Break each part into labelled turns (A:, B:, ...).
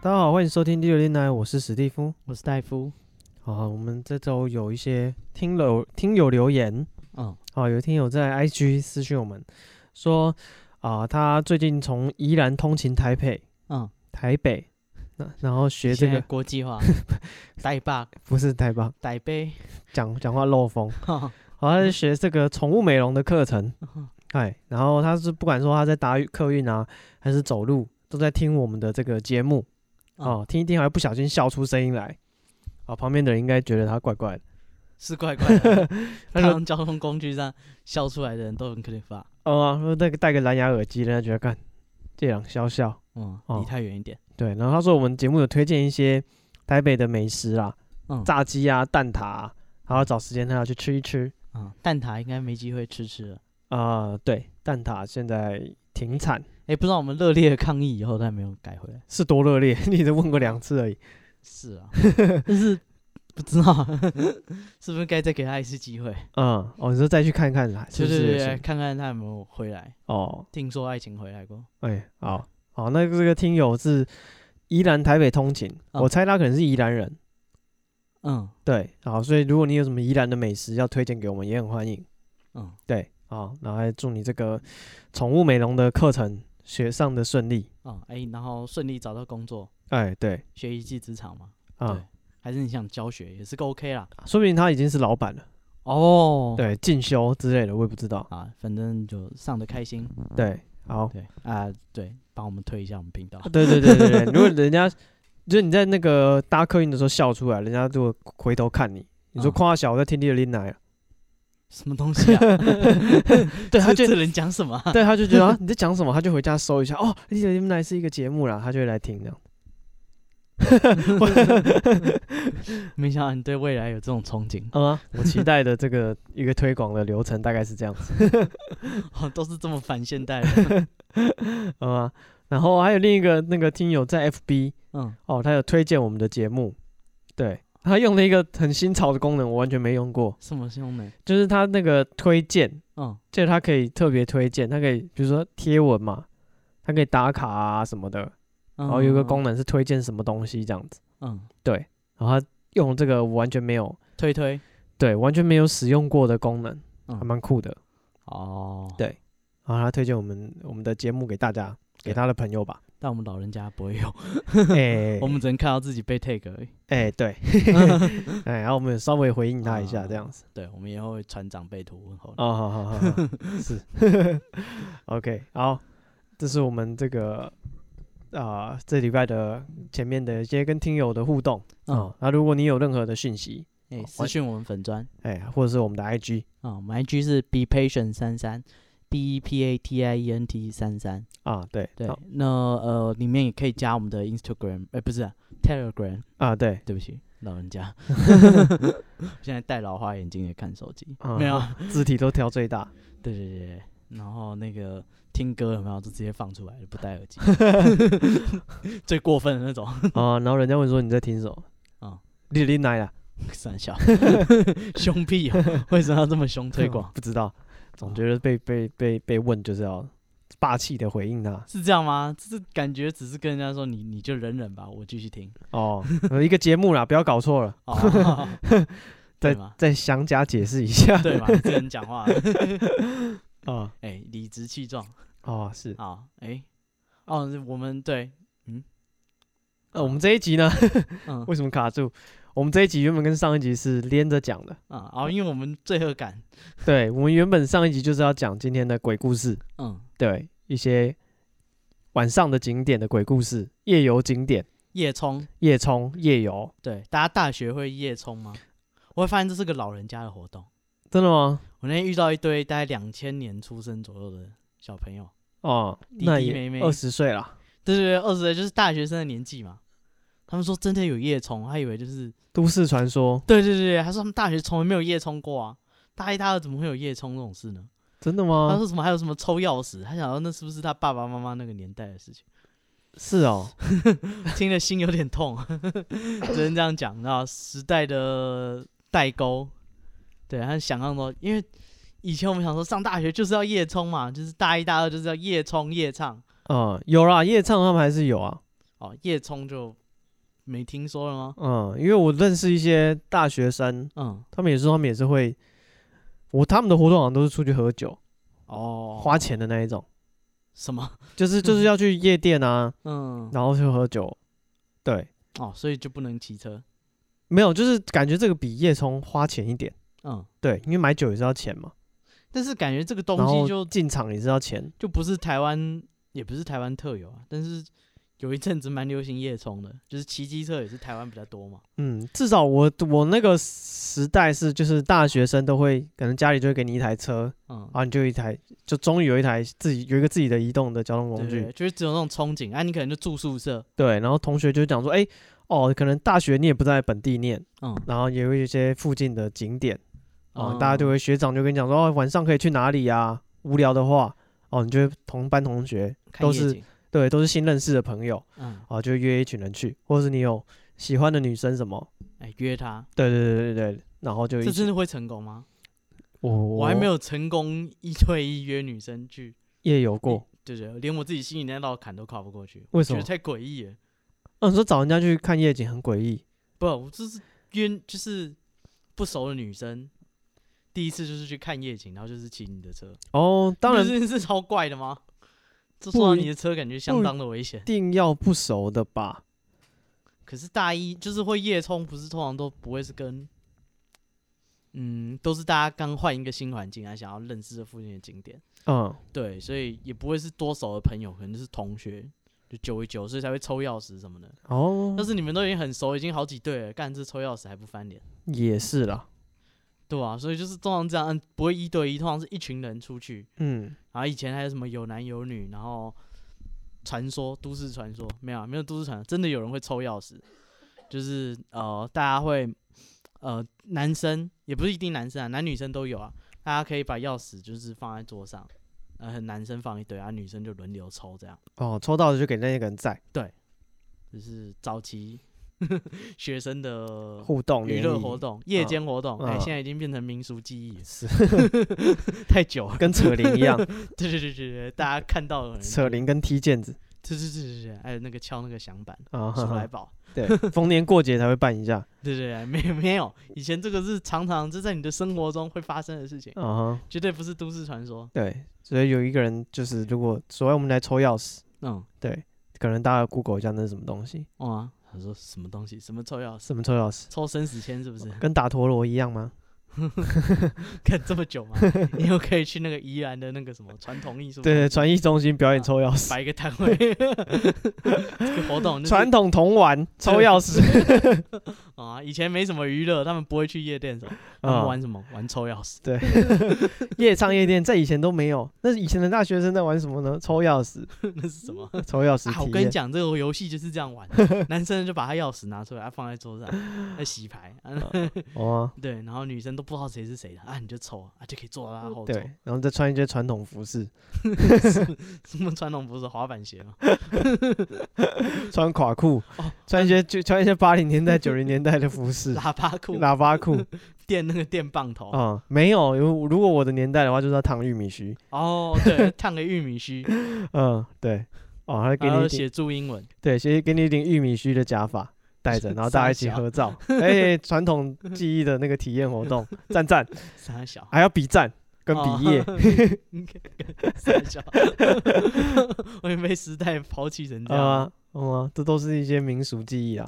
A: 大家好，欢迎收听《第六电台》，我是史蒂夫。
B: 我是戴夫。
A: 好我们这周有一些听友听友留言，
B: 嗯，
A: 好，有听友在 IG 私讯我们说，啊、他最近从宜兰通勤台北，
B: 嗯，
A: 台北，那然后学这
B: 现在
A: 个
B: 国 际化，台北、
A: 不是台北，
B: 台 北，
A: 讲讲话漏风，好，他是学这个宠物美容的课 程，哎，然后他是不管说他在搭客运啊，还是走路，都在听我们的这个节目，哦，听一听还不小心笑出声音来，哦，旁边的人应该觉得他怪怪的。
B: 是怪怪 的。
A: 他
B: 他
A: 说
B: 用交通工具上笑出来的人都很可怕。
A: 哦、啊，说戴个戴个蓝牙耳机，人家觉得干这样笑笑。
B: 嗯，
A: 哦
B: 离太远一点。
A: 对，然后他说我们节目有推荐一些台北的美食啦，
B: 嗯
A: 炸鸡啊、蛋挞、啊，然后找时间他要去吃一吃。
B: 嗯，蛋挞应该没机会吃吃了。
A: 啊、对，蛋挞现在停产，
B: 哎，不知道我们热烈的抗议以后，他有没有改回来。
A: 是多热烈， 你只问过两次而已。
B: 是 啊，但是不知道 是不是该再给他一次机会，
A: 嗯，哦，你说再去看看啦，是
B: 就
A: 不是
B: 是
A: 也行？
B: 看看他有没有回来。
A: 哦，
B: 听说爱情回来过，
A: 哎、好，好，那这个听友是宜兰台北通勤，
B: 嗯
A: 我猜他可能是宜兰人。
B: 嗯
A: 对，好，所以如果你有什么宜兰的美食要推荐给我们，也很欢迎。
B: 嗯，
A: 对，好，然后还祝你这个宠物美容的课程学上的顺利。
B: 哦，哎，然后顺利找到工作，
A: 哎，对，
B: 学一技之长嘛。
A: 啊
B: 对，还是你想教学也是个 OK 啦。
A: 说不定他已经是老板了，
B: 哦，
A: 对，进修之类的，我也不知道。
B: 啊，反正就上的开心，
A: 对，好，
B: 对啊，对，帮我们推一下我们频 道。
A: 对对对对对， 如果人家就是你在那个搭客运的时候笑出来，人家就回头看你，你说
B: 嗯
A: 夸小我在天地的啊林来了，
B: 什么东 西啊？
A: 对，他
B: 这
A: 就
B: 这人讲什么 啊？
A: 对他就觉得啊你在讲什么，他就回家搜一下，哦，天地的林来是一个节目啦，他就会来听这样。
B: 没想到你对未来有这种憧憬，
A: 好吗？我期待的这个一个推广的流程大概是这样子。
B: 哦，都是这么反现代的。
A: 好吗？嗯啊然后还有另一个那个听友在 FB
B: 嗯，
A: 哦，他有推荐我们的节目，对他用了一个很新潮的功能，我完全没用过，
B: 什么胸呢？
A: 就是他那个推荐，
B: 嗯，
A: 就是他可以特别推荐，他可以比如说贴文嘛，他可以打卡啊什么的，
B: 然
A: 然后有一个功，能是推荐什么东西这样子，
B: 嗯，
A: 对，然后他用这个我完全没有，
B: 推推，
A: 对，完全没有使用过的功能，
B: 嗯
A: 还蛮酷的。
B: 哦，
A: 对然后他推荐我们我们的节目给大家，给
B: 对
A: 他的朋友吧。
B: 但我们老人家不会用，
A: 哎
B: 我们只能看到自己被 take 而已。
A: 哎、 对，哎，然后我们有稍微回应他一
B: 啊
A: 下，这样子。
B: 对，我们以后会传长辈图问候。
A: 哦，好好好好，好是，OK，好，这是我们这个啊、这礼拜的前面的一些跟听友的互动啊。
B: 嗯，
A: 那、如果你有任何的讯息，
B: 哎，
A: 好
B: 私讯我们粉砖。
A: 哎、或者是我们的 IG
B: 啊、我们 IG 是 be patient 三三，b e p a t i e n t 三三。
A: 啊，对
B: 对
A: 好，
B: 那呃，里面也可以加我们的 Instagram，哎、不是啊、Telegram，
A: 啊，对，
B: 对不起，老 人家，现在戴老花眼镜也看手机，
A: 啊
B: 没有，
A: 字体都调最 大。
B: 对对对对。然后那个听歌有没有就直接放出来，不 戴耳机，最过分的那种，
A: 啊，然后人家会说你在听什么？
B: 啊
A: 你你来了，
B: 三小 凶屁、哦，为什么要这么凶推广
A: ？不知
B: 啊
A: 道，总觉得被被被被问就是要霸气的回应他。
B: 是这样吗？这是感觉只是跟人家说你你就忍忍吧，我继续听
A: 哦，呃一个节目啦，不要搞错了，
B: 哦，
A: 再
B: 对吗？
A: 再详加解释一下。
B: 对 嘛？这人讲 话，
A: 啊，
B: 哎、理直气壮
A: 哦，是。
B: 啊，哎、哦，我们对，
A: 那我们这一集呢，
B: 嗯
A: 为什么卡住？我们这一集原本跟上一集是连着讲的，
B: 啊，哦，因为我们罪恶感，
A: 对，我们原本上一集就是要讲今天的鬼故事，
B: 嗯，
A: 对，一些晚上的景点的鬼故事，夜游景点，
B: 夜冲，
A: 夜冲、夜游，
B: 对，大家大学会夜冲吗？我会发现这是个老人家的活动。
A: 真的吗？
B: 我那天遇到一堆大概两千年出生左右的小朋友，
A: 哦，
B: 弟
A: 那
B: 弟
A: 也
B: 妹妹
A: 二十岁了，
B: 对对对，二十岁就是大学生的年纪嘛。他们说真的有夜冲，还以为就是，
A: 都市传说，
B: 对对对，他说他们大学从来没有夜冲过啊，大一大二怎么会有夜冲这种事呢？
A: 真的
B: 他
A: 吗？
B: 说什么还有什么抽钥匙，他想到那是不是他爸爸妈妈那个年代的事情，
A: 是哦，
B: 听了心有点痛， 只能这样讲。那时代的代沟，对他想象中，因为以前我们想说上大学就是要夜冲嘛，就是大一大二就是要夜冲夜唱
A: 哦嗯，有啦，夜唱他们还是有啊，
B: 哦，叶冲就没听说了吗？
A: 嗯，因为我认识一些大学生，
B: 嗯，
A: 他们也是他们也是会，我他们的活动好像都是出去喝酒、
B: 哦，嗯
A: 花钱的那一种，
B: 什么？
A: 就是就是要去夜店啊，
B: 嗯，
A: 然后去喝酒，对，
B: 哦，所以就不能骑车。
A: 没有，就是感觉这个比夜冲花钱一点，
B: 嗯，
A: 对，因为买酒也是要钱嘛，
B: 但是感觉这个东
A: 然
B: 西
A: 后
B: 就
A: 进场也是要钱，
B: 就不是台湾，也不是台湾特有啊。但是有一阵子蛮流行夜冲的，就是骑机车也是台湾比较多嘛。
A: 嗯，至少我我那个时代是就是大学生都会，可能家里就会给你一台车，
B: 嗯，
A: 啊，你就有一台，就终于有一台自己有一个自己的移动的交通工
B: 对
A: 具，
B: 对，就是只有那种憧憬啊，你可能就住宿舍，
A: 对，然后同学就讲说，哎、哦，可能大学你也不在本地念，
B: 嗯，
A: 然后也有一些附近的景点，哦，大家就
B: 会
A: 会学长就跟你讲说，哦，晚上可以去哪里啊？无聊的话，哦，你就会同班同学，
B: 看
A: 都
B: 夜
A: 是
B: 景，
A: 对，都是新认识的朋友，
B: 嗯，
A: 啊，就约一群人去，或者是你有喜欢的女生什么，
B: 哎，约他，
A: 对对对对对，然后就一
B: 这真
A: 起，
B: 的会成功吗？
A: 我
B: 我还没
A: 有
B: 有成功一对一约女生去，
A: 夜游过，
B: 对对，连我自己心里那道坎都跨不过去，
A: 为
B: 我
A: 什
B: 觉
A: 么
B: 得太诡异了。
A: 嗯、你说找人家去看夜景很诡异，
B: 不，我就是约就是不熟的女生，第一次就是去看夜景，然后就是骑你的车，
A: 哦，当然
B: 这件事超怪的吗？这
A: 不
B: 说到
A: 一
B: 你的车感觉相
A: 不
B: 当的危险
A: 一，定要不熟的吧？
B: 可是大一就是会夜冲，不是通常都不会是跟，嗯，都是大家刚换一个新环境，还啊想要认识这附近的景点，
A: 嗯，
B: 对，所以也不会是多熟的朋友，可能就是同学，就揪一揪，所以才会抽钥匙什么的。
A: 哦
B: 要，是你们都已经很熟，已经好几对了，干这抽钥匙还不翻脸，
A: 也是啦，
B: 对啊，所以就是通常这样，嗯不会一对一，通常是一群人出去。
A: 嗯，
B: 然后以前还有什么有男有女，然后传说都市传说没有啊没有都市传说，真的有人会抽钥匙，就是呃大家会呃男生也不是一定男生啊，男女生都有啊，大家可以把钥匙就是放在桌上，呃男生放一堆啊，女生就轮流抽这样，
A: 哦，抽到的就给那个人在。
B: 就是早期 学生的。
A: 互动
B: 嗯娱
A: 联
B: 乐
A: 谊
B: 活动、夜间活动，哎、
A: 嗯
B: 现在已经变成民俗记忆了，
A: 是
B: 太久了。
A: 跟扯铃一 样，
B: 对对对对对，大家看到有人
A: 扯铃跟踢毽子
B: 对对对对对，还有哎那个敲那个响 板，
A: 啊，哈
B: 鼠来
A: 哈
B: 宝，
A: 对，逢年过节才会办一下
B: 对对对，没 有没有，以前这个是常常就在你的生活中会发生的事情，
A: 啊哈，
B: 绝对不是都市传说。
A: 对，所以有一个人就是如果所谓我们来抽钥匙，
B: 嗯，
A: 对，可能大家 Google 一下那是什么东西，
B: 哦啊，他说什么东西，什么抽钥匙，
A: 什么抽钥匙，
B: 抽生死签是不是？
A: 跟打陀螺一样吗？
B: 看这么久吗？你又可以去那个宜兰的那个什么传统艺术，
A: 对对，，传艺中心表演
B: 啊
A: 抽钥 匙，
B: 摆一个摊位，这个活动就是
A: 传统童 玩抽
B: 对
A: 钥匙
B: 啊，以前没什么娱乐，他们不会去夜店什么，他们
A: 啊，
B: 玩什么？玩抽钥匙。
A: 对，夜唱夜店在以前都没有，那以前的大学生在玩什么呢？抽钥 匙，
B: 那是什么？
A: 抽钥匙
B: 啊，我
A: 体
B: 跟你
A: 验，
B: 讲，这个游戏就是这样玩，男生就把他钥匙拿出来，啊放在桌上，在洗牌，啊
A: 哦啊，
B: 对，然后女生都不知道谁是谁的啊，你就抽啊，就可以坐到他后头
A: 对。，然后再穿一些传统服饰，
B: 什么传统不是滑 板鞋吗？
A: 穿垮裤，
B: 哦
A: 穿一些就穿一些八零年代、九零年代的服饰，
B: 喇叭裤
A: 喇叭裤
B: 垫那个电棒头。
A: 啊、没有。如如果我的年代的话，就是要烫玉米须，
B: 哦，对，烫个玉 米须，
A: 嗯，对，哦，还给
B: 然
A: 你
B: 后
A: 一顶，
B: 写注英文。
A: 对，先给你一顶玉米须的假发戴 着，然后大家一起
B: 傻小
A: 合照，哎，传统技艺的那个体验活 动，赞赞，
B: 傻小，
A: 还要比赞跟
B: 哦
A: 比 耶，
B: 傻小， 我也被时代抛弃成这样
A: 啊
B: 吗。
A: 啊、嗯啊这都是一些民俗技 艺啊。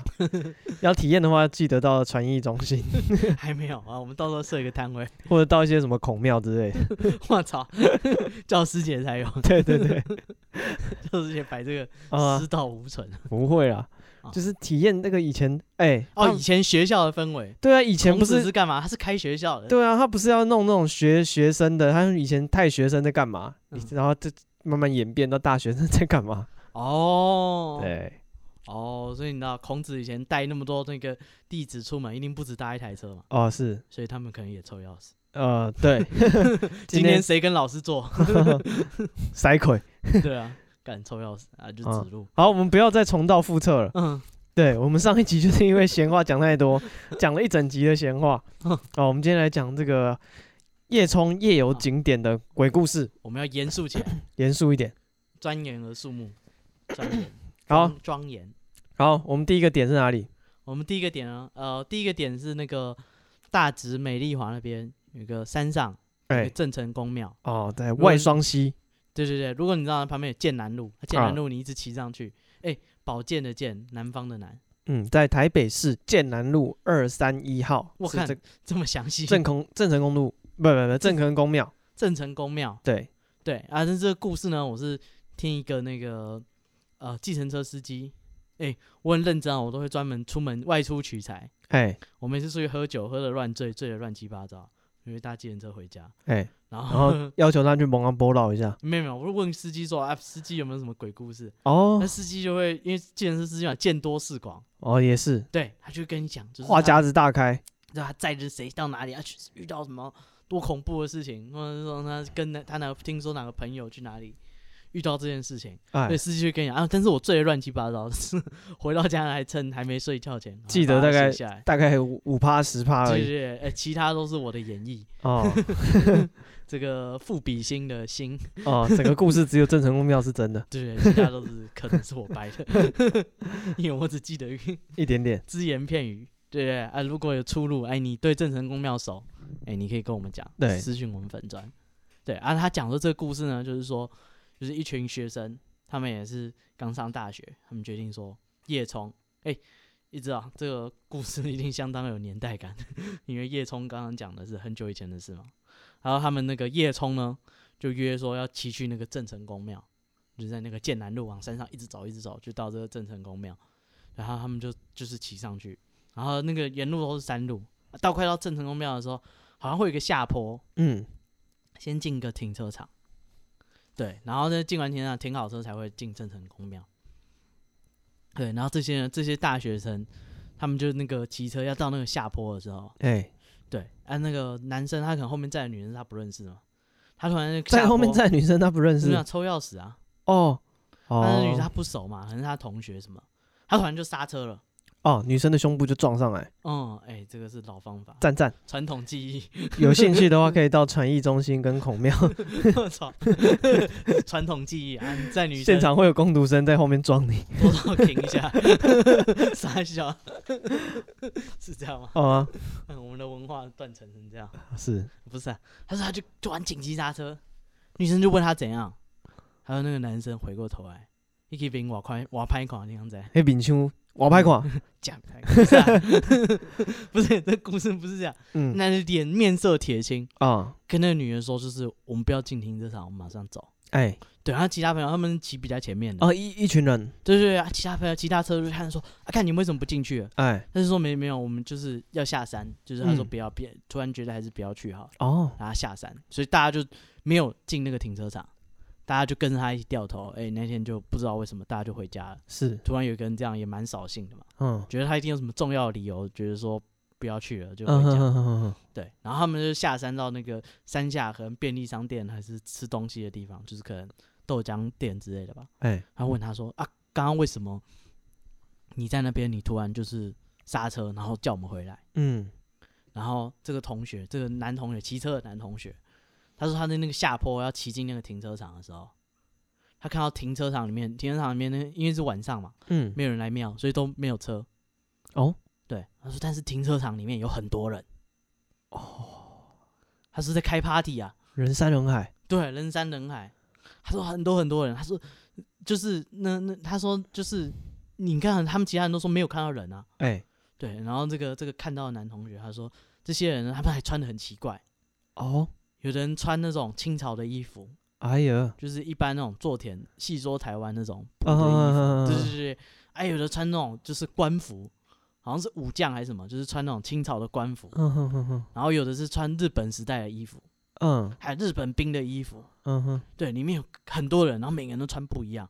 A: 要体验的话，记得到传艺中心
B: 还没有啊，我们到时候设一个摊位。
A: 或者到一些什么孔庙之 类的。
B: 我操，教师节才有，
A: 对对 对，
B: 教师节摆这
A: 啊、
B: 个师道无存。
A: 不会啦
B: 啊，
A: 就是体验那个以前，哎、
B: 哦，
A: 他
B: 以前学校的氛围，
A: 对啊，以前
B: 孔
A: 不
B: 子
A: 是
B: 是干嘛？他是开学校的。
A: 对啊，他不是要弄那种学学生的，他以前太学生在干嘛？
B: 嗯
A: 你然后这慢慢演变到大学生在干嘛？
B: 哦，
A: 对，
B: 哦，所以你知道孔子以前带那么多那个弟子出门，一定不止搭一台车嘛，
A: 哦是，
B: 所以他们可能也抽钥匙。
A: 呃 对，
B: 今天谁跟老师坐？
A: 塞葵。
B: 对啊，敢抽钥匙啊，就
A: 嗯
B: 指路。
A: 好，我们不要再重蹈覆辙了。
B: 嗯，
A: 对我们上一集就是因为闲话讲太多， 讲了一整集的闲 话。
B: 嗯
A: 哦，我们今天来讲这个夜冲夜游景点的鬼故事，
B: 我们要严肃起来，
A: 严肃一点。
B: 钻研而肃穆，钻研，
A: 好，
B: 庄庄严。
A: 好，我们第一个点是哪里？
B: 我们第一个点呢，呃，第一个点是那个大直美丽华那边有个山上，有
A: 哎、
B: 个郑成功庙。
A: 哦，在
B: 嗯果
A: 外
B: 你
A: 双溪，
B: 对对对，如果你知道旁边有剑南路，剑
A: 啊
B: 南路你一直骑上去，哎、宝剑的剑，南方的南，
A: 嗯，在台北市剑南路二三一号，
B: 我
A: 是
B: 看
A: 这个
B: 这么详细。
A: 郑空郑成功路，不不不，郑成功庙，
B: 郑成功庙，
A: 对，
B: 对啊，那这个故事呢，我是听一个那个呃计程车司机，哎、我很认真啊，我都会专门出门外出取材。
A: 哎
B: 我每次出去喝酒，喝的乱醉，醉的乱七八糟，因为搭计程车回家，
A: 哎，
B: 然
A: 然
B: 后
A: 后要求他去蒙安波老一下，
B: 没有没有，我就问司机说啊，司机有没有什么鬼故事？
A: 哦
B: 那司机就会因为计程车司机嘛，见多识广，
A: 哦也是，
B: 对他就会跟你讲，就是
A: 话
B: 他
A: 匣子大开，
B: 让他载着谁到哪里，啊，去遇到什么多恐怖的事情，或者是说他跟哪他哪个听说哪个朋友去哪里遇到这件事情，
A: 哎
B: 对，，司机就跟你讲啊，但是我醉得乱七八糟，是回到家还趁还没睡觉前，
A: 记得
B: 然后把它
A: 大概啊
B: 写下来，
A: 大概五五趴十趴而
B: 对对
A: 已，
B: 对，呃，其他都是我的演绎，
A: 哦
B: 这个赋比兴的兴，
A: 哦，整个故事只有郑成功庙是真的，
B: 对，其他都是可能是我掰的， 因为我只记得
A: 一点点，
B: 只言片语。对对对啊，如果有出入，哎，你对郑成功庙熟，哎，你可以跟我们讲，
A: 对
B: 私讯我们粉砖。对啊，他讲的这个故事呢，就是说，就是一群学生，他们也是刚上大学，他们决定说夜冲，哎，你知道这个故事一定相当有年代感， 因为夜冲刚刚讲的是很久以前的事嘛。然后他们那个夜冲呢，就约说要骑去那个郑成功庙，就在那个剑南路往山上一直走，一直走，就到这个郑成功庙。然后他们就就是骑上去，然后那个沿路都是山路，到快到郑成功庙的时候，好像会有一个下坡，
A: 嗯，
B: 先进个停车场，对，然后呢进完停车场停好车才会进郑成功庙，对，然后这些人这些大学生，他们就那个骑车要到那个下坡的时候，
A: 哎，
B: 对，啊那个男生他可能后面站的女生他不认识嘛，他突然那个
A: 在
B: 下
A: 后面
B: 坡
A: 站的女生她不认
B: 怎么样
A: 识，
B: 抽钥匙啊，
A: 哦
B: 但是女生他
A: 哦
B: 不熟嘛，可能是他同学什么，他突然就刹车了，
A: 哦，女生的胸部就撞上来，
B: 嗯，哎、这个是老方法，
A: 赞赞。
B: 传统 技艺。
A: 有兴趣的话，可以到传艺中心跟孔庙
B: 我操，传统技艺啊！你在 女
A: 现
B: 生
A: 场会有工读生在后面撞你，
B: 多少停 一下，傻笑， 是这样吗？
A: 好啊，
B: 嗯我们的文化断层成这样，
A: 是
B: 不是、啊？他说他就突然紧急刹车，女生就问他怎样，还有那个男生回过头来，一起饼我快我拍款你样子，
A: 黑饼丘我拍垮，
B: 讲 不是、啊， 不是这故事不是这样，
A: 嗯
B: 那就脸面色铁青，
A: 啊，
B: 跟那个女人说就是我们不要进停车场，我们马上走。
A: 哎
B: 对，然后其他朋友他们骑比较前面的，
A: 哦一一群人，
B: 对对对啊，其他朋友、其他车就看说，啊，看你们为什么不进去了？
A: 哎
B: 他就说没没有，我们就是要下山，就是他说
A: 嗯
B: 不要，别、突然觉得还是不要去好，
A: 哦
B: 然后他下山，所以大家就没有进那个停车场，大家就跟着他一起掉头，哎、那天就不知道为什么大家就回家了。
A: 是
B: 突然有一个人这样也蛮扫兴的嘛，
A: 嗯
B: 觉得他一定有什么重要的理由，觉得说不要去了就回
A: 嗯
B: 家。
A: 哼哼哼哼
B: 对，然后他们就下山到那个山下，可能便利商店还是吃东西的地方，就是可能豆浆店之类的吧。
A: 哎
B: 他问他说啊，刚刚为什么你在那边，你突然就是刹车，然后叫我们回来？
A: 嗯
B: 然后这个同学，这个男同学骑车的男同学，他说他在那个下坡要骑进那个停车场的时候，他看到停车场里面，停车场里面那因为是晚上嘛，
A: 嗯
B: 没有人来庙，所以都没有车。
A: 哦
B: 对，他说但是停车场里面有很多人。哦，他是在开 party 啊。
A: 人山人海，
B: 对，人山人海。他说很多很多人，他说就是那那他说就是你看他们其他人都说没有看到人啊，
A: 哎
B: 对，然后这个这个看到的男同学他说这些人他们还穿的很奇怪，
A: 哦
B: 有的人穿那种清朝的衣服，
A: 哎呀，
B: 就是一般那种坐田戏说台湾那种布的衣服，
A: 嗯
B: 对对对，哎、有的穿那种就是官服，好像是武将还是什么，就是穿那种清朝的官服，
A: 嗯哼哼哼
B: 然后有的是穿日本时代的衣服，
A: 嗯
B: 还有日本兵的衣服，
A: 嗯哼
B: 对，里面有很多人，然后每个人都穿不一样，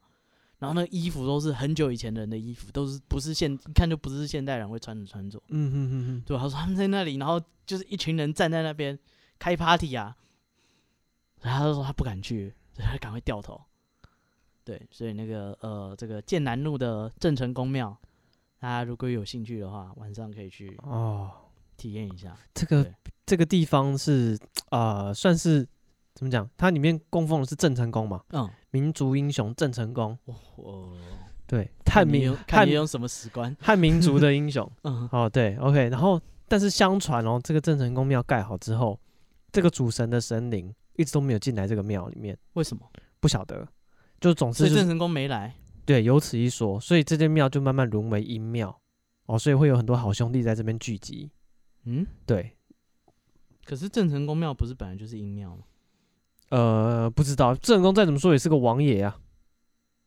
B: 然后那个衣服都是很久以前人的衣服，都是不是现一看就不是现代人会穿的穿着。
A: 嗯哼哼哼
B: 对，他说他们在那里，然后就是一群人站在那边开 party 啊，然后他就说他不敢去，所以他赶快掉头。对，所以那个呃，这个剑南路的郑成功庙，大家如果有兴趣的话，晚上可以去
A: 哦，
B: 体验一下。
A: 这个
B: 对
A: 这个地方是啊、呃算是怎么讲？它里面供奉的是郑成功嘛，
B: 嗯，
A: 民族英雄郑成功。
B: 我、哦、
A: 对，汉
B: 你
A: 民
B: 用看
A: 汉
B: 你用什么史观，
A: 汉民族的英雄。
B: 嗯，
A: 哦，对，OK。然后，但是相传哦，这个郑成功庙盖好之后，这个主神的神灵一直都没有进来这个庙里面，
B: 为什么？
A: 不晓得。就总
B: 所
A: 之、
B: 以
A: 就是
B: 郑成功没来，
A: 对，有此一说，所以这间庙就慢慢沦为阴庙哦，所以会有很多好兄弟在这边聚集。
B: 嗯，
A: 对，
B: 可是郑成功庙不是本来就是阴庙吗？
A: 呃，不知道郑成功再怎么说也是个王爷啊，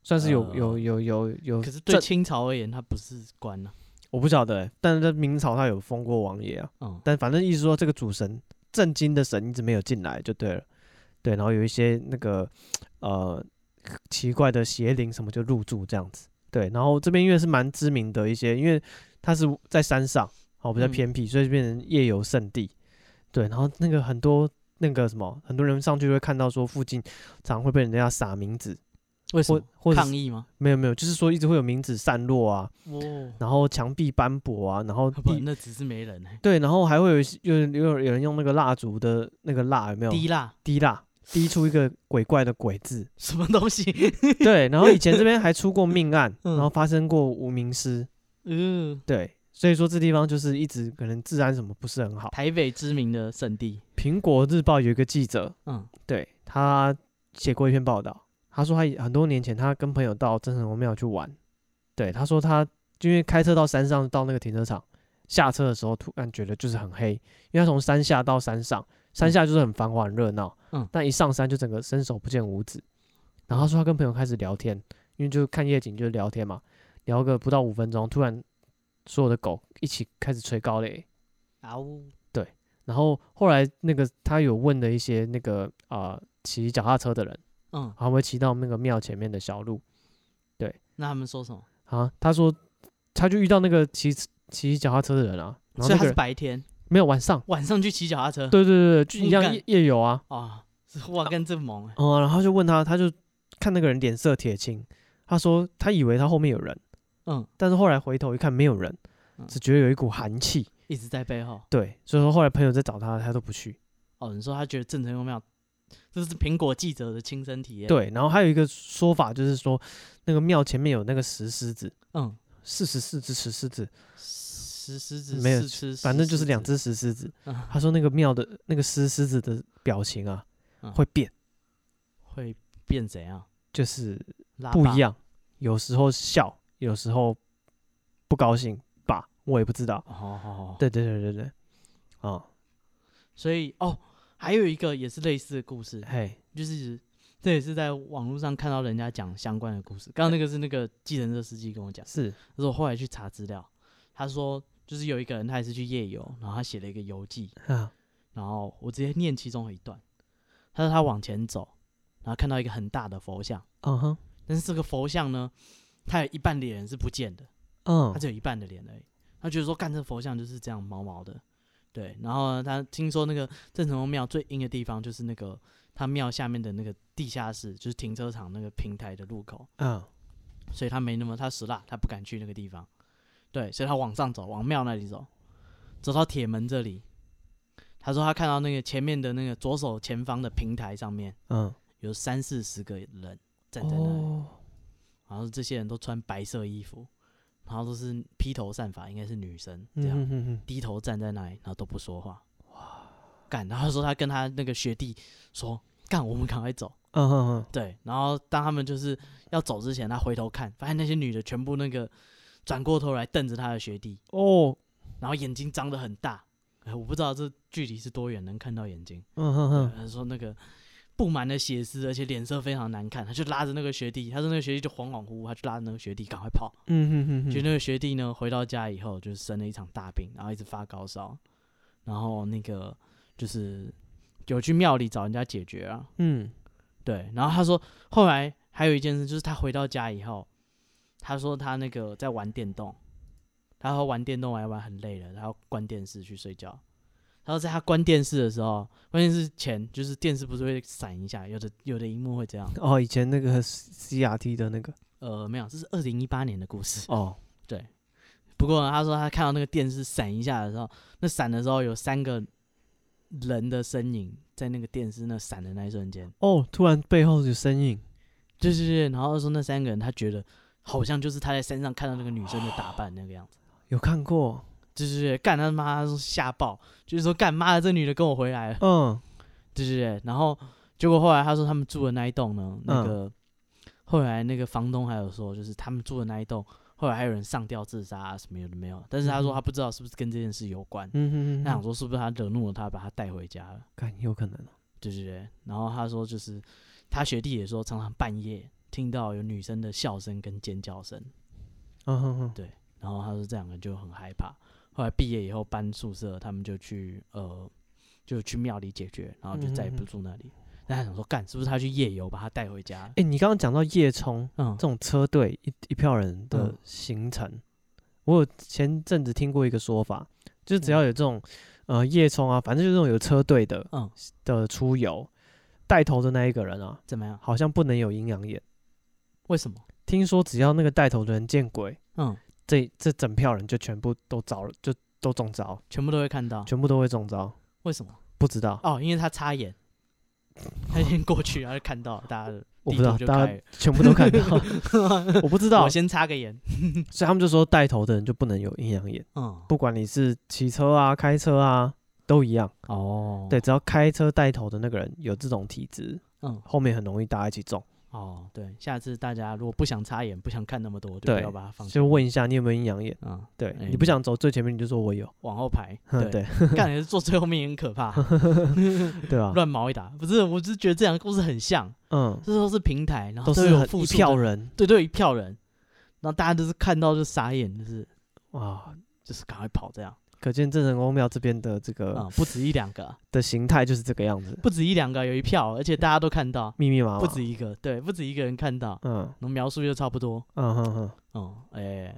A: 算是有、有
B: 呃
A: 有有有
B: 可是对
A: 这
B: 清朝而言，它不是官啊呐、
A: 我不晓得欸、但是在明朝他有封过王爷啊，
B: 嗯，
A: 但反正意思说这个主神震惊的神一直没有进来就对了，对，然后有一些那个呃奇怪的邪灵什么就入住这样子，对，然后这边因为是蛮知名的一些，因为它是在山上，好比较
B: 嗯
A: 偏僻，所以就变成夜游圣地，对，然后那个很多那个什么，很多人上去会看到说附近常会被人家撒名字，
B: 为什
A: 或
B: 么？
A: 或者
B: 抗
A: 是
B: 议吗？
A: 没有没有，就是说一直会有名字散落啊，
B: 哦，
A: 然后墙壁斑驳啊，然后
B: 不，
A: 地
B: 那只是没人、欸，
A: 对，然后还会有一些有人有有人用那个蜡烛的那个蜡有没有
B: 滴蜡？
A: 滴蜡滴出一个鬼怪的鬼字
B: 什么 东西？
A: 对，然后以前这边还出过命案，
B: 嗯
A: 然后发生过无名尸，
B: 嗯，
A: 对，所以说这地方就是一直可能治安什么不是很好。
B: 台北知名的圣地，
A: 苹果日报有一个记者，
B: 嗯
A: 对他写过一篇报道，他说他以很多年前他跟朋友到真神王庙去玩，对，他说他因为开车到山上到那个停车场，下车的时候突然觉得就是很黑，因为他从山下到山上，山下就是很繁华很热闹，
B: 嗯
A: 但一上山就整个伸手不见五指，然后他说他跟朋友开始聊天，因为就看夜景就是聊天嘛，聊个不到五分钟，突然所有的狗一起开始吹高嘞。
B: 啊呜，
A: 然后后来那个他有问了一些那个啊骑、脚踏车的人，
B: 嗯，
A: 他们会骑到那个庙前面的小路
B: 那他们说什么？
A: 啊。他说他就遇到那个骑骑脚踏车的人啊，然后那
B: 所以他
A: 个
B: 是
A: 人
B: 白天
A: 没有晚上，
B: 晚上去骑脚踏车，
A: 对对对，对就一
B: 嗯
A: 样
B: 干
A: 夜夜游啊。
B: 啊，是哇，跟这猛、欸，
A: 哦、然后就问他，他就看那个人脸色铁青，他说他以为他后面有人，
B: 嗯，
A: 但是后来回头一看没有人
B: 嗯，
A: 只觉得有一股寒气。
B: 一直在背后。
A: 对，所以说后来朋友在找他，他都不去。
B: 哦，你说他觉得郑成功庙，这是苹果记者的亲身体验。，
A: 对，然后还有一个说法就是说，那个庙前面有那个石狮子，
B: 嗯，
A: 四十四只石狮子，
B: 石狮子
A: 没有
B: 四吃，
A: 反
B: 石
A: 正就是
B: 狮
A: 两只
B: 子。
A: 石狮子。
B: 嗯
A: 他说那个庙的那个石狮子的表情啊，
B: 嗯
A: 会变，
B: 会变怎样？
A: 就是
B: 拉
A: 不
B: 霸
A: 一样，有时候笑，有时候不高兴吧，我也不知道。
B: 哦。好好好，
A: 对对对对对，哦，
B: 所以哦，还有一个也是类似的故事，
A: 嘿，
B: 就是这也是在网络上看到人家讲相关的故事。刚刚那个是那个计程车司机跟我讲，
A: 是，
B: 他说我后来去查资料，他说就是有一个人他也是去夜游，然后他写了一个游记，
A: 啊，
B: 然后我直接念其中一段。他说他往前走，然后看到一个很大的佛像，
A: 嗯哼，
B: 但是这个佛像呢，它有一半脸是不见的，
A: 嗯
B: 它，只有一半的脸而已。他觉得说，干这佛像就是这样毛毛的，对。然后呢他听说那个郑成功庙最阴的地方就是那个他庙下面的那个地下室，就是停车场那个平台的入口，
A: 啊，
B: 所以他没那么他死辣，他不敢去那个地方，对，所以他往上走，往庙那里走，走到铁门这里，他说他看到那个前面的那个左手前方的平台上面
A: 嗯，
B: 有三四十个人站在那里，
A: 哦，
B: 然后这些人都穿白色衣服，然后都是披头散发，应该是女生这
A: 嗯
B: 样，
A: 哼哼哼，
B: 低头站在那里，然后都不说话，干，然后说他跟他那个学弟说，干，我们赶快走，
A: 嗯哼哼，
B: 对，然后当他们就是要走之前，他回头看，发现那些女的全部那个转过头来瞪着他的学弟，
A: 哦，
B: 然后眼睛张得很大，哎，我不知道这距离是多远能看到眼睛。
A: 嗯哼哼，
B: 他说那个布满了血丝，而且脸色非常难看，他就拉着那个学弟，他说那个学弟就恍恍惚惚，他就拉着那个学弟赶快跑。
A: 嗯哼哼哼，
B: 就那个学弟呢，回到家以后就是生了一场大病，然后一直发高烧，然后那个就是有去庙里找人家解决啊，
A: 嗯，
B: 对，然后他说后来还有一件事，就是他回到家以后，他说他那个在玩电动，他说玩电动玩一玩很累了，然后关电视去睡觉。然后在他关电视的时候，关键是前就是电视不是会闪一下，有的有的荧幕会这样。
A: 哦，以前那个 CRT 的那个，
B: 呃，没有，这是二零一八年的故事。
A: 哦，
B: 不过呢他说他看到那个电视闪一下的时候，那闪的时候有三个人的身影在那个电视那闪的那一瞬间，
A: 哦，突然背后有声音，
B: 对对对，然后说那三个人他觉得好像就是他在山上看到那个女生的打扮那个样子。
A: 有看过，
B: 对对对，干他妈他说吓爆，就是说干妈的这女的跟我回来了，
A: 嗯
B: 对对对。然后结果后来他说他们住的那一栋呢，那
A: 嗯
B: 个、后来那个房东还有说，就是他们住的那一栋，后来还有人上吊自杀、啊、什么有的没有，但是他
A: 嗯
B: 说
A: 哼
B: 他不知道是不是跟这件事有关，
A: 嗯哼嗯
B: 他想
A: 哼，
B: 说是不是他惹怒了他，把他带回家了。
A: 看有可能哦，
B: 对对对，然后他说就是他学弟也说，常常半夜听到有女生的笑声跟尖叫声，
A: 嗯哼哼，
B: 然后他说这两个就很害怕。后来毕业以后搬宿舍，他们就去呃就去庙里解决，然后就再也
A: 嗯嗯
B: 不
A: 嗯
B: 住那里。但他想说，干是不是他去夜游把他带回家？
A: 哎，你刚刚讲到夜冲
B: 嗯
A: 这，种车队一一票人的
B: 嗯
A: 行程，我有前阵子听过一个说法，就只要有这种呃夜冲啊，反正就是这种有车队的，
B: 嗯
A: 的出游，带头的那一个人啊，
B: 怎么样？
A: 好像不能有阴阳眼。
B: 为什么？
A: 听说只要那个带头的人见鬼，
B: 嗯，
A: 这这整票人就全部都着了，就都中招，
B: 全部都会看到。
A: 全部都会中招。
B: 为什么？
A: 不知道，
B: 哦，因为他插眼，他先过去，然后就看到大家的
A: 我
B: 地
A: 不知道，
B: 图就
A: 大
B: 开
A: 家全部都看到，
B: 了。
A: 我不知道
B: 我，先插个眼。
A: 所以他们就说带头的人就不能有阴阳眼，
B: 嗯，
A: 不管你是骑车啊、开车啊，都一样。
B: 哦，
A: 对，，只要开车带头的那个人有这种体质，
B: 嗯，
A: 后面很容易大家一起中。
B: 哦，对，下次大家如果不想插眼，不想看那么多，就不
A: 对
B: 要把它放。
A: 就问，一下你有没有阴阳眼，
B: 嗯，
A: 对
B: 哎
A: 你不想走最前面，你就说我有，
B: 往后排，
A: 哼
B: 对，
A: 对
B: 干也是坐最后面也很可 怕，
A: 对 吧？
B: 乱毛一打。不是，我只是觉得这两个故事很像，
A: 嗯，
B: 这都是平台，然后
A: 都是
B: 有
A: 很
B: 复
A: 一
B: 数
A: 票
B: 的，
A: 人
B: 对，都有一票人，然后大家都是看到就傻眼，就是
A: 哇，
B: 就是赶快跑这样，
A: 可见郑成功庙这边的这个、
B: 啊，不止一两个，
A: 的形态就是这个样子，
B: 不止一两个，有一票，而且大家都看到，
A: 密密麻麻，
B: 不止一个，对，不止一个人看到，
A: 嗯
B: 然后描述就差不多，
A: 嗯哼哼，
B: 哦，哎，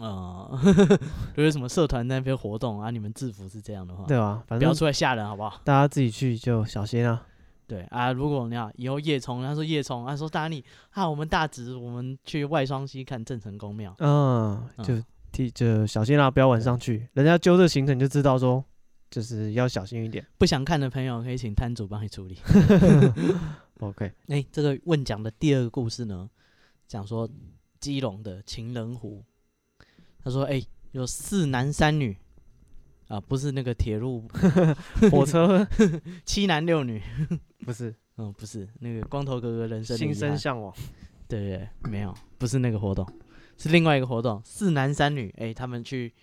B: 嗯， 如果有什么社团那边活动啊，你们制服是这样的话，
A: 对吧？反
B: 不要
A: 正
B: 出来吓人，好不好？
A: 大家自己去就小心啊。
B: 对啊，如果你要以后夜冲，他说夜冲，他说达尼啊，我们大直，我们去外双溪看郑成功庙，
A: 嗯，就提就小心啦、啊不要晚上去。人家揪这行程就知道说，就是要小心一点。
B: 不想看的朋友可以请摊主帮你 处理。
A: OK，
B: 哎、这个问讲的第二个故事呢，讲说基隆的情人湖，他说哎、有四男三女。啊，不是那个铁路
A: 火车
B: 七男六女，
A: 不是
B: 嗯，不是那个光头哥哥人生的
A: 心
B: 遗
A: 生
B: 憾
A: 向往，
B: 对对，对没有，不是那个活动，是另外一个活动，四男三女，哎、他们去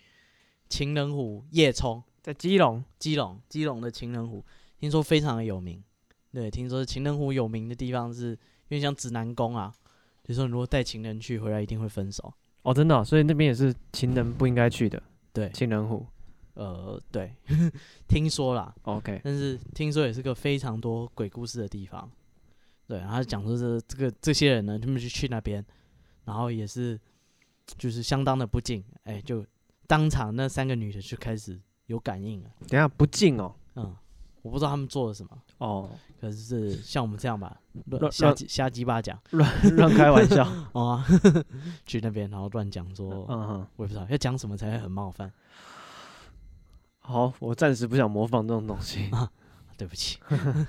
B: 情人湖夜冲，
A: 在基隆，
B: 基隆，基隆的情人湖，听说非常的有名。对，听说情人湖有名的地方是，因为像指南宫啊，就说你如果带情人去，回来一定会分手。
A: 哦，真的哦、所以那边也是情人不应该去的，
B: 对，
A: 情人湖。
B: 呃，对， 听说啦，
A: OK，
B: 但是听说也是个非常多鬼故事的地方。对，然后讲说这这个这些人呢，他们就去那边，然后也是就是相当的不敬，哎，就当场那三个女的就开始有感应了。
A: 等一下不近哦，
B: 嗯，我不知道他们做了什么，
A: 哦，
B: 可是像我们这样吧，乱
A: 乱
B: 瞎
A: 乱
B: 鸡瞎鸡巴讲
A: 乱乱开玩 笑，
B: 哦 啊，去那边然后乱讲说，
A: 嗯哼。
B: 我也不知道要讲什么才会很冒犯，
A: 好，我暂时不想模仿这种东西。
B: 对不起。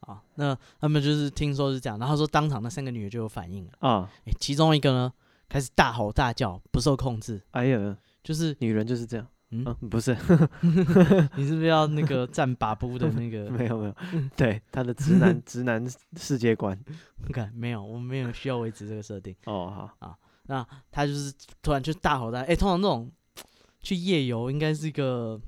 B: 啊，那他们就是听说是这样，然后说当场那三个女的就有反应了。
A: 啊，
B: 欸，其中一个呢开始大吼大叫，不受控制，
A: 哎呀，
B: 就是
A: 女人就是这样。
B: 嗯
A: 嗯，不 是，
B: 你是不是要那个站把布的那 个？
A: 没有没有，对他的直男直男世界观。
B: 看没有，我们没有需要维持这个设定。
A: 哦，好，
B: 他就是突然就大吼大，哎、通常这种去夜游应该是一个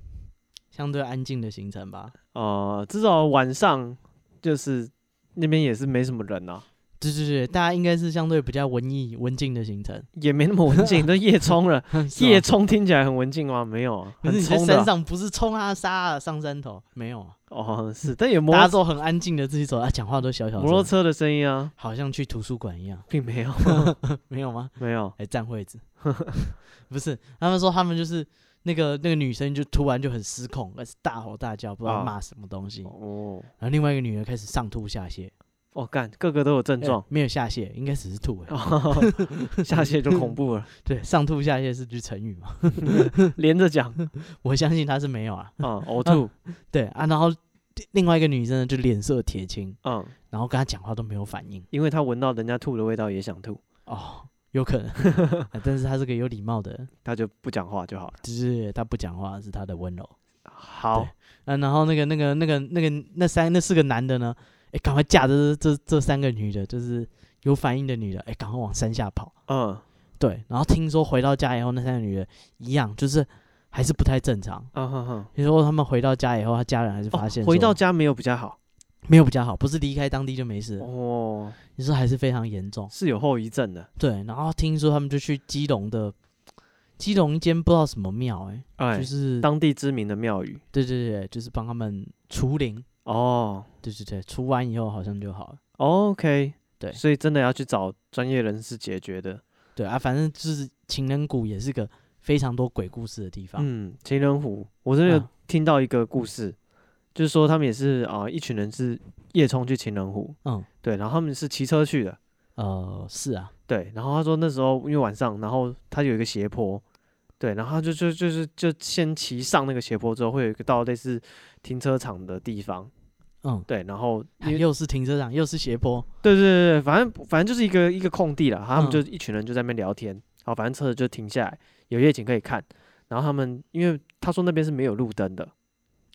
B: 相对安静的行程吧？
A: 哦，至少晚上就是那边也是没什么人啊，
B: 对对对，大家应该是相对比较文艺文静的 行程。
A: 也没那么文 静，都夜冲了。
B: 是吗
A: 夜冲听起来很文静吗？没有啊，
B: 可是
A: 很
B: 你在
A: 冲的
B: 山
A: 啊。
B: 上 不是冲啊杀啊上山头没有啊？
A: 哦，是，但也摩
B: 大家
A: 摩
B: 都很安静的自己走啊，讲话都小小
A: 托
B: 声，
A: 车的声音啊，
B: 好像去图书馆一样，
A: 并 没有，
B: 没有吗？
A: 没有。
B: 还占位置， 不是？他们说他们就是那个那个女生就突然就很失控，开始大吼大叫，不知道
A: 啊
B: 骂什么东西。
A: 哦，
B: 然后另外一个女的开始上吐下泻，
A: 哦，干，个个都有症状
B: 哎。没有下泻，应该只是吐、哎
A: 哦， 下线就恐怖了，
B: 对，上吐下泻是句成语嘛？
A: 连着讲
B: 我相信她是没有啊。
A: 啊，呕吐，
B: 对啊，然后另外一个女生呢就脸色铁青，
A: 嗯，
B: 然后跟她讲话都没有反应。
A: 因为他闻到人家吐的味道也想吐。
B: 哦，有可能 啊，但是他是个有礼貌的人，
A: 他就不讲话就好了。
B: 就是他不讲话是他的温柔。
A: 好，
B: 嗯、然后那个那个那个那个那三那四个男的呢，哎，赶快架着这这这三个女的，就是有反应的女的，哎，赶快往山下跑。
A: 嗯
B: 对，然后听说回到家以后，那三个女的一样，就是还是不太正常。
A: 嗯哼哼，
B: 听说他们回到家以后，他家人还是发现
A: 哦、回
B: 说
A: 到家没有比较好
B: 没有比较好，不是离开当地就没事了，
A: 哦，
B: 你说还是非常严重。
A: 是有后遗症的。
B: 对，然后听说他们就去基隆的基隆一间不知道什么庙、欸，哎、
A: 哎，
B: 就是
A: 当地知名的庙宇
B: 对对对，就是帮他们除灵，
A: 哦。
B: 对对对，除完以后好像就好了。
A: OK，
B: 对
A: 所以真的要去找专业人士解决的。
B: 对啊，反正就是情人谷也是个非常多鬼故事的地方。
A: 嗯，情人湖，我真的有
B: 啊
A: 听到一个故事，就是说他们也是啊、一群人是夜冲去情人湖，
B: 嗯，
A: 对，然后他们是骑车去的，
B: 呃，是啊，
A: 对，然后他说那时候因为晚上，然后他有一个斜坡，对，然后他就就就是就先骑上那个斜坡之后，会有一个到类似停车场的地方，
B: 嗯，
A: 对，然后因为
B: 又是停车场，又是斜坡，
A: 对对对对，反正反正就是一个一个空地了，他们
B: 嗯
A: 就一群人就在那边聊天，好，反正车子就停下来，有夜景可以看，然后他们因为他说那边是没有路灯的，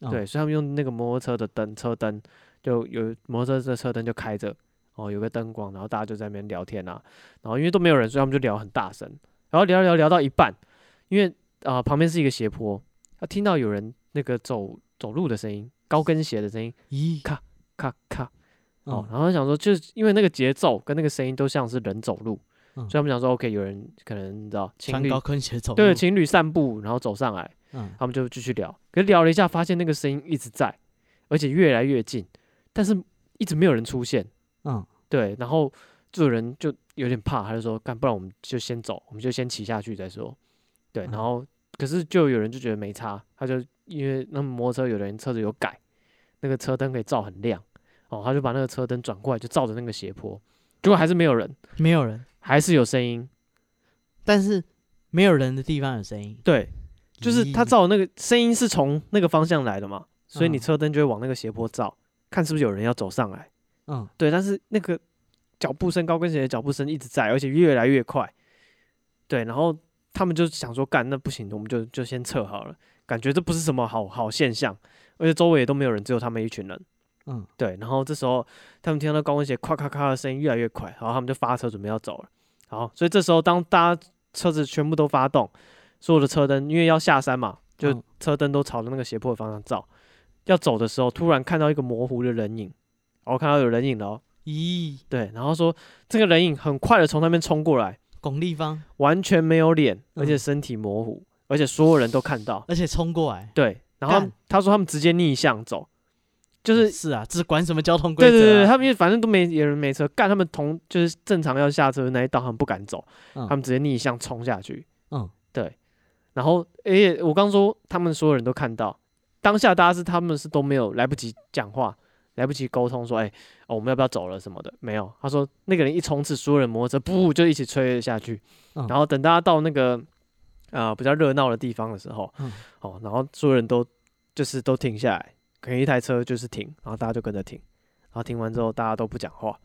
B: 嗯
A: 对，所以他们用那个摩托车的灯车灯，就有摩托车的车灯就开着，哦，有个灯光，然后大家就在那边聊天啊，然后因为都没有人，所以他们就聊很大声，然后聊聊聊到一半，因为啊、呃旁边是一个斜坡，他听到有人那个走走路的声音，高跟鞋的声音，
B: 咦，
A: 咔咔。哦
B: 哦，，
A: 然后想说，就是因为那个节奏跟那个声音都像是人走路，
B: 嗯
A: 所以他们想说，OK，有人可能你知道情
B: 穿
A: 侣
B: 高跟鞋走路，
A: 对情侣散步，然后走上来，
B: 嗯，
A: 他们就继续聊。可是聊了一下，发现那个声音一直在，而且越来越近，但是一直没有人出现。
B: 嗯
A: 对，然后就有人就有点怕，他就说，干，不然我们就先走，我们就先骑下去再说。对，然
B: 嗯
A: 后可是就有人就觉得没差，他就因为那摩托车有的人车子有改，那个车灯可以照很亮，哦，他就把那个车灯转过来，就照着那个斜坡，结果还是没有人，
B: 没有人，
A: 还是有声音。
B: 但是没有人的地方有声音，
A: 对，就是他
B: 咦
A: 照的那个声音是从那个方向来的嘛，所以你
B: 嗯
A: 车灯就会往那个斜坡照，看是不是有人要走上来。
B: 嗯，
A: 对，但是那个脚步声、高跟鞋的脚步声一直在，而且越来越快。对，然后他们就想说，干那不行，我们就就先撤好了。感觉这不是什么好好现象，而且周围也都没有人，只有他们一群人。
B: 嗯，
A: 对，然后这时候他们听到高跟鞋咔咔咔的声音越来越快，然后他们就发车准备要走了。好，所以这时候当大家车子全部都发动，所有的车灯因为要下山嘛，就
B: 嗯
A: 车灯都朝着那个斜坡的方向照。要走的时候，突然看到一个模糊的人影，然后看到有人影了哦，
B: 咦，
A: 对，然后说这个人影很快的从那边冲过来，
B: 巩立方，
A: 完全没有脸，而且
B: 嗯
A: 身体模糊，而且所有人都看到。
B: 而且冲过来，
A: 对，然后他
B: 干
A: 他说他们直接逆向走，就是
B: 是啊，这管什么交通规
A: 对
B: 则
A: 对
B: 啊？
A: 对，他们也反正都没有人没车，干他们同就是正常要下车的那一道，他们不敢走，
B: 嗯
A: 他们直接逆向冲下去。
B: 嗯，
A: 对。然后，而且我刚说他们所有人都看到，当下大家是他们是都没有来不及讲话，来不及沟通说，哎、哦，我们要不要走了什么的，没有。他说那个人一冲刺，所有人摩托车噗就一起吹了下去。
B: 嗯
A: 然后等大家到那个呃比较热闹的地方的时候，
B: 嗯
A: 哦，然后所有人都就是都停下来，可能一台车就是停，然后大家就跟着停，然后停完之后大家都不讲话，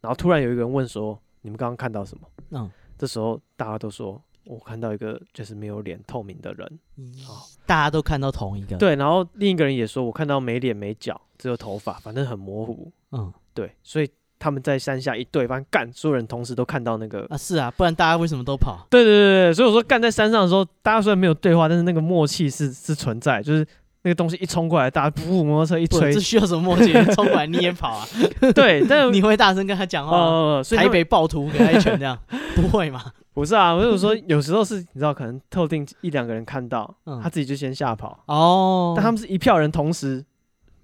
A: 然后突然有一个人问说：“你们刚刚看到什么？”
B: 嗯，
A: 这时候大家都说：“我看到一个就是没有脸、透明的人。
B: 咦
A: 哦
B: 大家都看到同一个，”，
A: 对，然后另一个人也说：“我看到没脸、没脚，只有头发，反正很模糊。
B: 嗯”
A: 对，所以他们在山下一对，反正干，所有人同时都看到那个
B: 啊，是啊，不然大家为什么都跑？
A: 对对对对，所以我说干在山上的时候，大家虽然没有对话，但是那个默契是是存在，就是那个东西一冲过来，大家噗，摩托车一
B: 不，
A: 吹
B: 这，需要什 么默契？冲过来你也跑啊？
A: 对，但
B: 你会大声跟他讲话吗？
A: 呃，所以
B: 台
A: 他们
B: 北暴徒给他一拳 这样，不会嘛？
A: 不是啊，我就说有时候是你知道，可能特定一两个人看到，
B: 嗯
A: 他自己就先吓跑，
B: 哦，
A: 但他们是一票人同时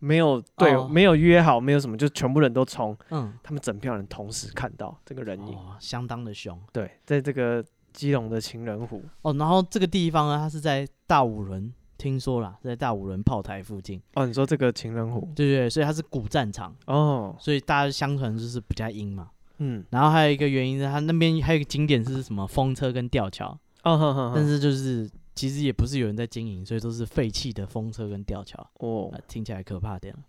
A: 没有对、
B: 哦
A: 没有约好，没有什么，就全部人都冲，
B: 嗯，
A: 他们整票人同时看到这个人影，
B: 哦，相当的凶
A: 对，在这个基隆的情人湖，
B: 哦。然后这个地方呢，它是在大五轮，听说啦，在大五轮炮台附近，
A: 哦，你说这个情人湖，
B: 对对对，所以它是古战场，
A: 哦，
B: 所以大家相传就是比较阴嘛。
A: 嗯，
B: 然后还有一个原因是，它那边还有一个景点是什么风车跟吊桥，
A: 哦，哼哼
B: 但
A: 哼，
B: 是就是其实也不是有人在经营，所以都是废弃的风车跟吊桥。
A: 哦
B: 啊，，听起来可怕点了。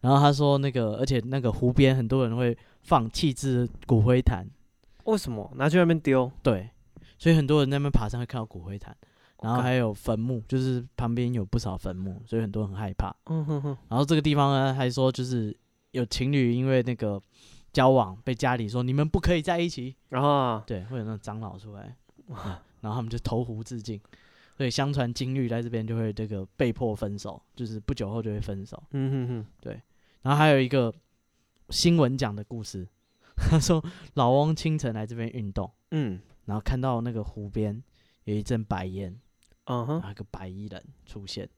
B: 然后他说那个，而且那个湖边很多人会放弃置骨灰坛，
A: 为什么拿去外面丢？
B: 对，所以很多人在那边爬山会看到骨灰坛，然后
A: 干
B: 还有坟墓，就是旁边有不少坟墓，所以很多人很害怕。
A: 嗯哼哼，
B: 然后这个地方呢，还说就是有情侣因为那个交往被家里说你们不可以在一起，
A: 然后啊，
B: 对，会有那种长老出来，啊然后他们就投湖自尽。所以相传金律在这边就会这个被迫分手，就是不久后就会分手。
A: 嗯哼哼，
B: 然后还有一个新闻讲的故事，他说老翁清晨来这边运动，
A: 嗯，
B: 然后看到那个湖边有一阵白烟，
A: 嗯
B: 然
A: 哼，
B: 后一个白衣人出现，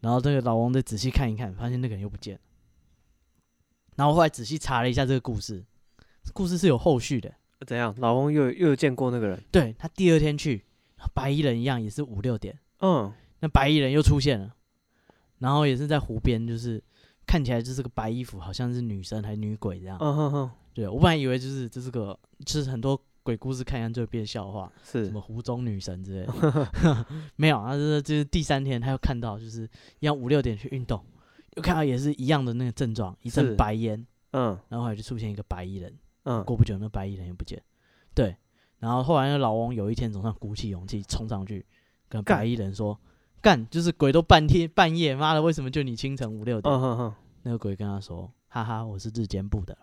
B: 然后这个老王再仔细看一看，发现那个人又不见了。然后后来仔细查了一下这个故事，这故事是有后续的。
A: 怎样？老公又又有见过那个人？
B: 对他第二天去，白衣人一样也是五六点，
A: 嗯，
B: 那白衣人又出现了，然后也是在湖边，就是看起来就是个白衣服，好像是女生还是女鬼这样。
A: 嗯哼哼，
B: 对我本来以为就是这是个，就是很多鬼故事看一看就会变笑话，什
A: 是嗯
B: 么，湖中女神之类的， 没有，他啊就是就是第三天他又看到，就是一样五六点去运动，又看到也是一样的那个症状，一
A: 是
B: 阵白烟，
A: 嗯
B: 然后后来就出现一个白衣人，
A: 嗯，
B: 过不久那白衣人也不见，对，然后后来那老翁有一天总算鼓起勇气冲上去跟
A: 干
B: 白衣人说。干，就是鬼都半天半夜，妈的，为什么就你清晨五六点？
A: 嗯哼哼，
B: 那个鬼跟他说：“哈哈，我是日间部的啦。”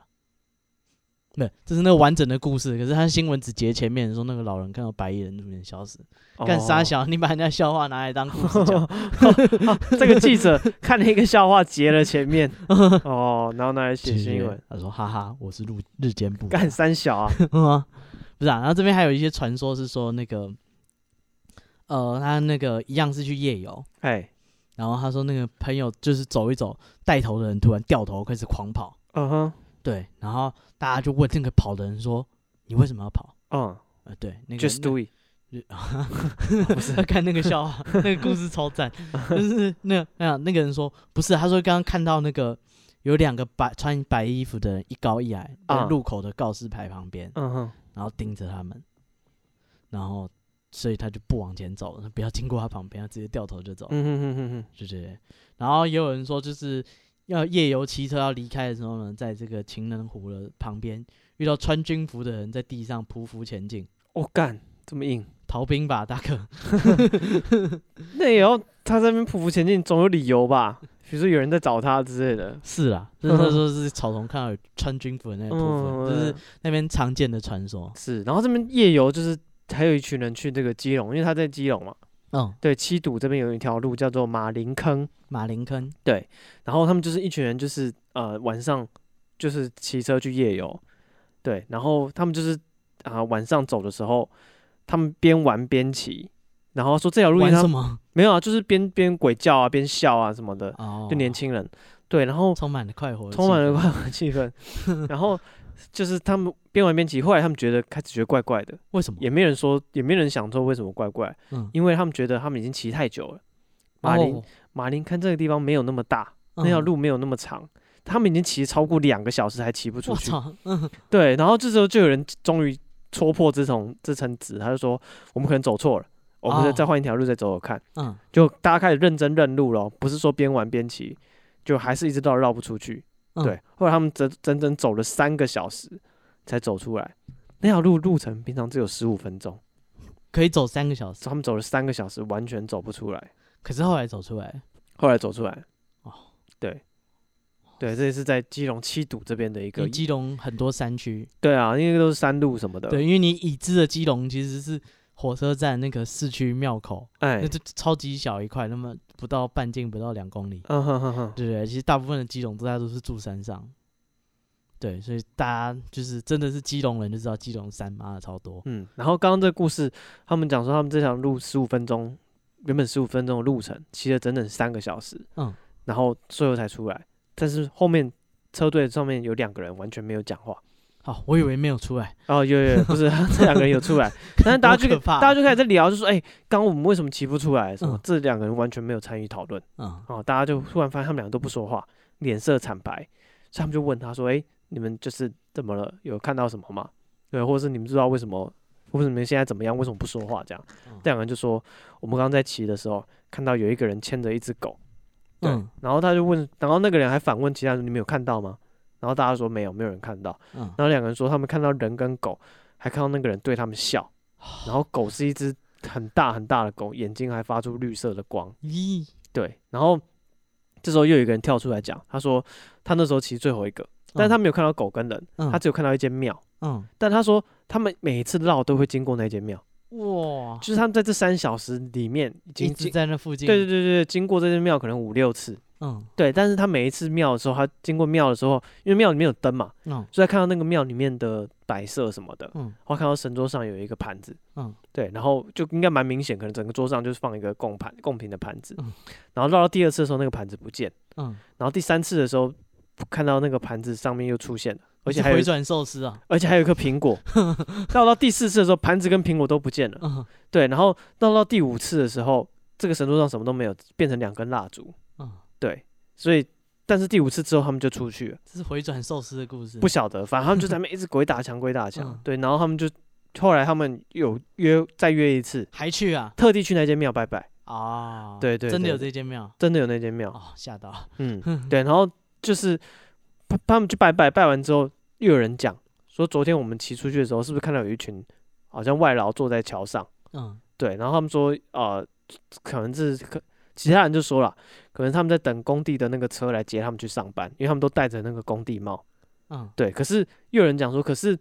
B: 没有，这是那个完整的故事。可是他新闻只截前面说那个老人看到白衣人出现消失，干啥
A: 哦？
B: 小？你把人家笑话拿来当故事讲，
A: 这个记者看了一个笑话，截了前 面，哦，然后拿来写
B: 其实
A: 新闻，
B: 他说：“哈哈，我是日日间部 的
A: 干三小啊，
B: 嗯不是啊。”然后这边还有一些传说是说那个，呃，他那个一样是去夜游，
A: 哎，
B: 然后他说那个朋友就是走一走，带头的人突然掉头开始狂跑，
A: 嗯哼，
B: 对，然后大家就问那个跑的人说：“你为什么要跑
A: 嗯？”
B: 呃，对，那个
A: ，just do it，
B: 不是 看那个笑话，那个故事超赞，就是那那样那个人说不是，他说刚刚看到那个有两个白穿白衣服的人一高一矮在
A: 啊
B: 路口的告示牌旁边，
A: 嗯哼，
B: 然后盯着他们，然后所以他就不往前走了，不要经过他旁边，他直接掉头就走，
A: 嗯哼哼哼哼，
B: 对对对。然后也有人说就是要夜游骑车要离开的时候呢，在这个情人湖的旁边遇到穿军服的人在地上匍匐前进，
A: 我哦干这么硬，
B: 逃兵吧大哥。
A: 那也要他在那边匍匐前进，总有理由吧？ 比如说有人在找他之类的，
B: 是啦， 就是那时候是草丛看到有穿军服的那个部分，
A: 嗯
B: 就是那边常见的传说。
A: 是，然后这边夜游就是还有一群人去这个基隆，因为他在基隆嘛，
B: 嗯，
A: 对，七堵这边有一条路叫做马林坑，
B: 马林坑，
A: 然后他们就是一群人，就是呃晚上就是骑车去夜游，对，然后他们就是啊、晚上走的时候，他们边玩边骑，然后说这条路
B: 玩
A: 他
B: 什
A: 们
B: 么？
A: 没有啊，就是边边鬼叫啊边笑啊什么的，
B: 哦，
A: 就年，轻人，对，然后
B: 充满了快活的气氛，
A: 充满了快乐气氛，然后就是他们边玩边骑，后来他们觉得开始觉得怪怪的，
B: 为什么？
A: 也没人说，也没人想说为什么怪怪，
B: 嗯，
A: 因为他们觉得他们已经骑太久了。马林、
B: 哦
A: 马林坑这个地方没有那么大，那
B: 嗯
A: 条，路没有那么长，他们已经骑超过两个小时还骑不
B: 嗯我
A: 出去。
B: 操，嗯，
A: 对，然后这时候就有人终于戳破这层这层纸，他就说我们可能走错了，我们再
B: 哦
A: 再换一条路再走走看。
B: 嗯，
A: 就大家开始认真认路了，不是说边玩边骑，就还是一直到绕不出去。
B: 嗯
A: 对，后来他们整整整走了三个小时才走出来。那条路路程平常只有十五分钟，
B: 可以走三个小时，
A: 他们走了三个小时，完全走不出来。
B: 可是后来走出来，
A: 后来走出来，
B: 哦，
A: 对，对，这也是在基隆七堵这边的一
B: 因
A: 个
B: 为，基隆很多山区，
A: 对啊，因为都是山路什么的，
B: 对，因为你已知的基隆其实是火车站那个市区庙口，
A: 哎
B: 那，就超级小一块，那么不到半径不到两公里，
A: 嗯哼哼哼，
B: 对对，其实大部分的基隆大家都是住山上，对，所以大家就是真的是基隆人就知道基隆山妈的超多，
A: 嗯，然后刚刚这个故事，他们讲说他们这条路十五分钟，原本十五分钟的路程，骑了整整三个小时，
B: 嗯，
A: 然后最后才出来，但是后面车队上面有两个人完全没有讲话，
B: 好、我以为没有出来，
A: 哦，有 有有，不是这两个人有出来， 但是大家
B: 多
A: 就
B: 可怕
A: 大家就开始在聊，就说哎，刚刚我们为什么骑不出来？什么？
B: 啊嗯
A: 这两个人完全没有参与讨论，
B: 嗯，
A: 哦，大家就突然发现他们两个都不说话，脸色惨白，所以他们就问他说：“哎、你们就是怎么了？有看到什么吗？对，或者是你们知道为什么？为什么现在怎么样？为什么不说话？”这样
B: 嗯，
A: 这两个人就说：“我们刚刚在骑的时候，看到有一个人牵着一只狗，对，
B: 嗯
A: 然后他就问，然后那个人还反问 其他人：你们有看到吗？然后大家说没有，没有人看到。
B: 嗯，
A: 然后两个人说他们看到人跟狗还看到那个人对他们笑，
B: 哦
A: 然后狗是一只很大很大的狗，眼睛还发出绿色的光。
B: 咦，
A: 对，然后这时候又有一个人跳出来讲，他说他那时候其实最后一个，但是他没有看到狗跟人，
B: 嗯
A: 他只有看到一间庙。
B: 嗯，
A: 但他说他们每一次绕都会经过那间庙，
B: 哇，
A: 就是他们在这三小时里面已
B: 哦一
A: 经
B: 直
A: 经
B: 在那附近，
A: 对对对对，经过这间庙可能五六次。
B: 嗯
A: 对，但是他每一次庙的时候，他经过庙的时候，因为庙里面有灯嘛，
B: 嗯
A: 所以他看到那个庙里面的摆设什么的，
B: 嗯
A: 然后看到神桌上有一个盘子，
B: 嗯，
A: 对，然后就应该蛮明显，可能整个桌上就是放一个供盘供品的盘子，
B: 嗯
A: 然后绕到第二次的时候，那个盘子不见，
B: 嗯，
A: 然后第三次的时候看到那个盘子上面又出现了，而且
B: 是
A: 还有
B: 回
A: 一
B: 转寿司啊，
A: 而且还有一颗苹果，绕到第四次的时候，盘子跟苹果都不见了，
B: 嗯
A: 对，然后绕到第五次的时候，这个神桌上什么都没有，变成两根蜡烛，
B: 嗯，
A: 对，所以但是第五次之后他们就出去了。
B: 这是回转寿司的故事，
A: 不晓得，反正他们就在那边一直鬼打墙，鬼打墙
B: 嗯。
A: 对，然后他们就后来他们有约再约一次，
B: 还去啊
A: 特地去那间庙拜拜，
B: 啊，
A: 对对
B: 真的
A: 对
B: 有这间庙
A: 真的有那间庙。
B: 哦，吓到，
A: 嗯，对，然后就是他他们去拜拜，拜完之后又有人讲说，昨天我们骑出去的时候，是不是看到有一群好像外劳坐在桥上？
B: 嗯
A: 对，然后他们说，呃，可能是可。其他人就说了，可能他们在等工地的那个车来接他们去上班，因为他们都戴着那个工地帽。
B: 嗯，
A: 对，可是又有人讲说，可是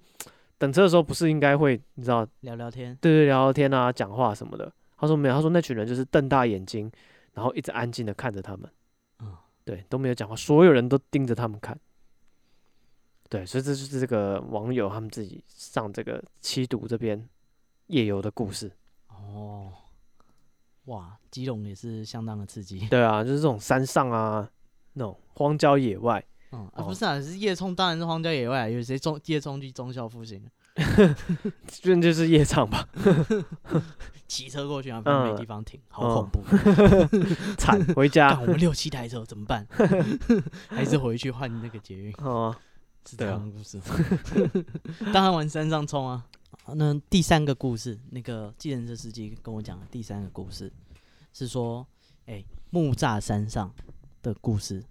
A: 等车的时候不是应该会，你知道，
B: 聊聊天，
A: 对对，聊聊天啊，讲话什么的。他说没有，他说那群人就是瞪大眼睛，然后一直安静的看着他们，
B: 嗯
A: 对，都没有讲话，所有人都盯着他们看。对，所以这就是这个网友他们自己上这个七堵这边夜游的故事。
B: 哦，哇，基隆也是相当的刺激，
A: 对啊，就是这种山上啊，那种荒郊野外，
B: 嗯啊，
A: 哦
B: 不是啊，是夜冲，当然是荒郊野外啊，有谁中夜冲去中校复兴啊，
A: 这就是夜场吧，
B: 骑车过去啊，反正没地方停，好恐
A: 嗯
B: 怖。
A: 惨，回家
B: 干我们六七台车怎么办？ 还是回去换那个捷运？
A: 哦，
B: 是这
A: 对啊
B: 样的故事吗。 当然往山上冲啊。好那第三个故事，那个计程车司机跟我讲的第三个故事是说，哎、木栅山上的故事。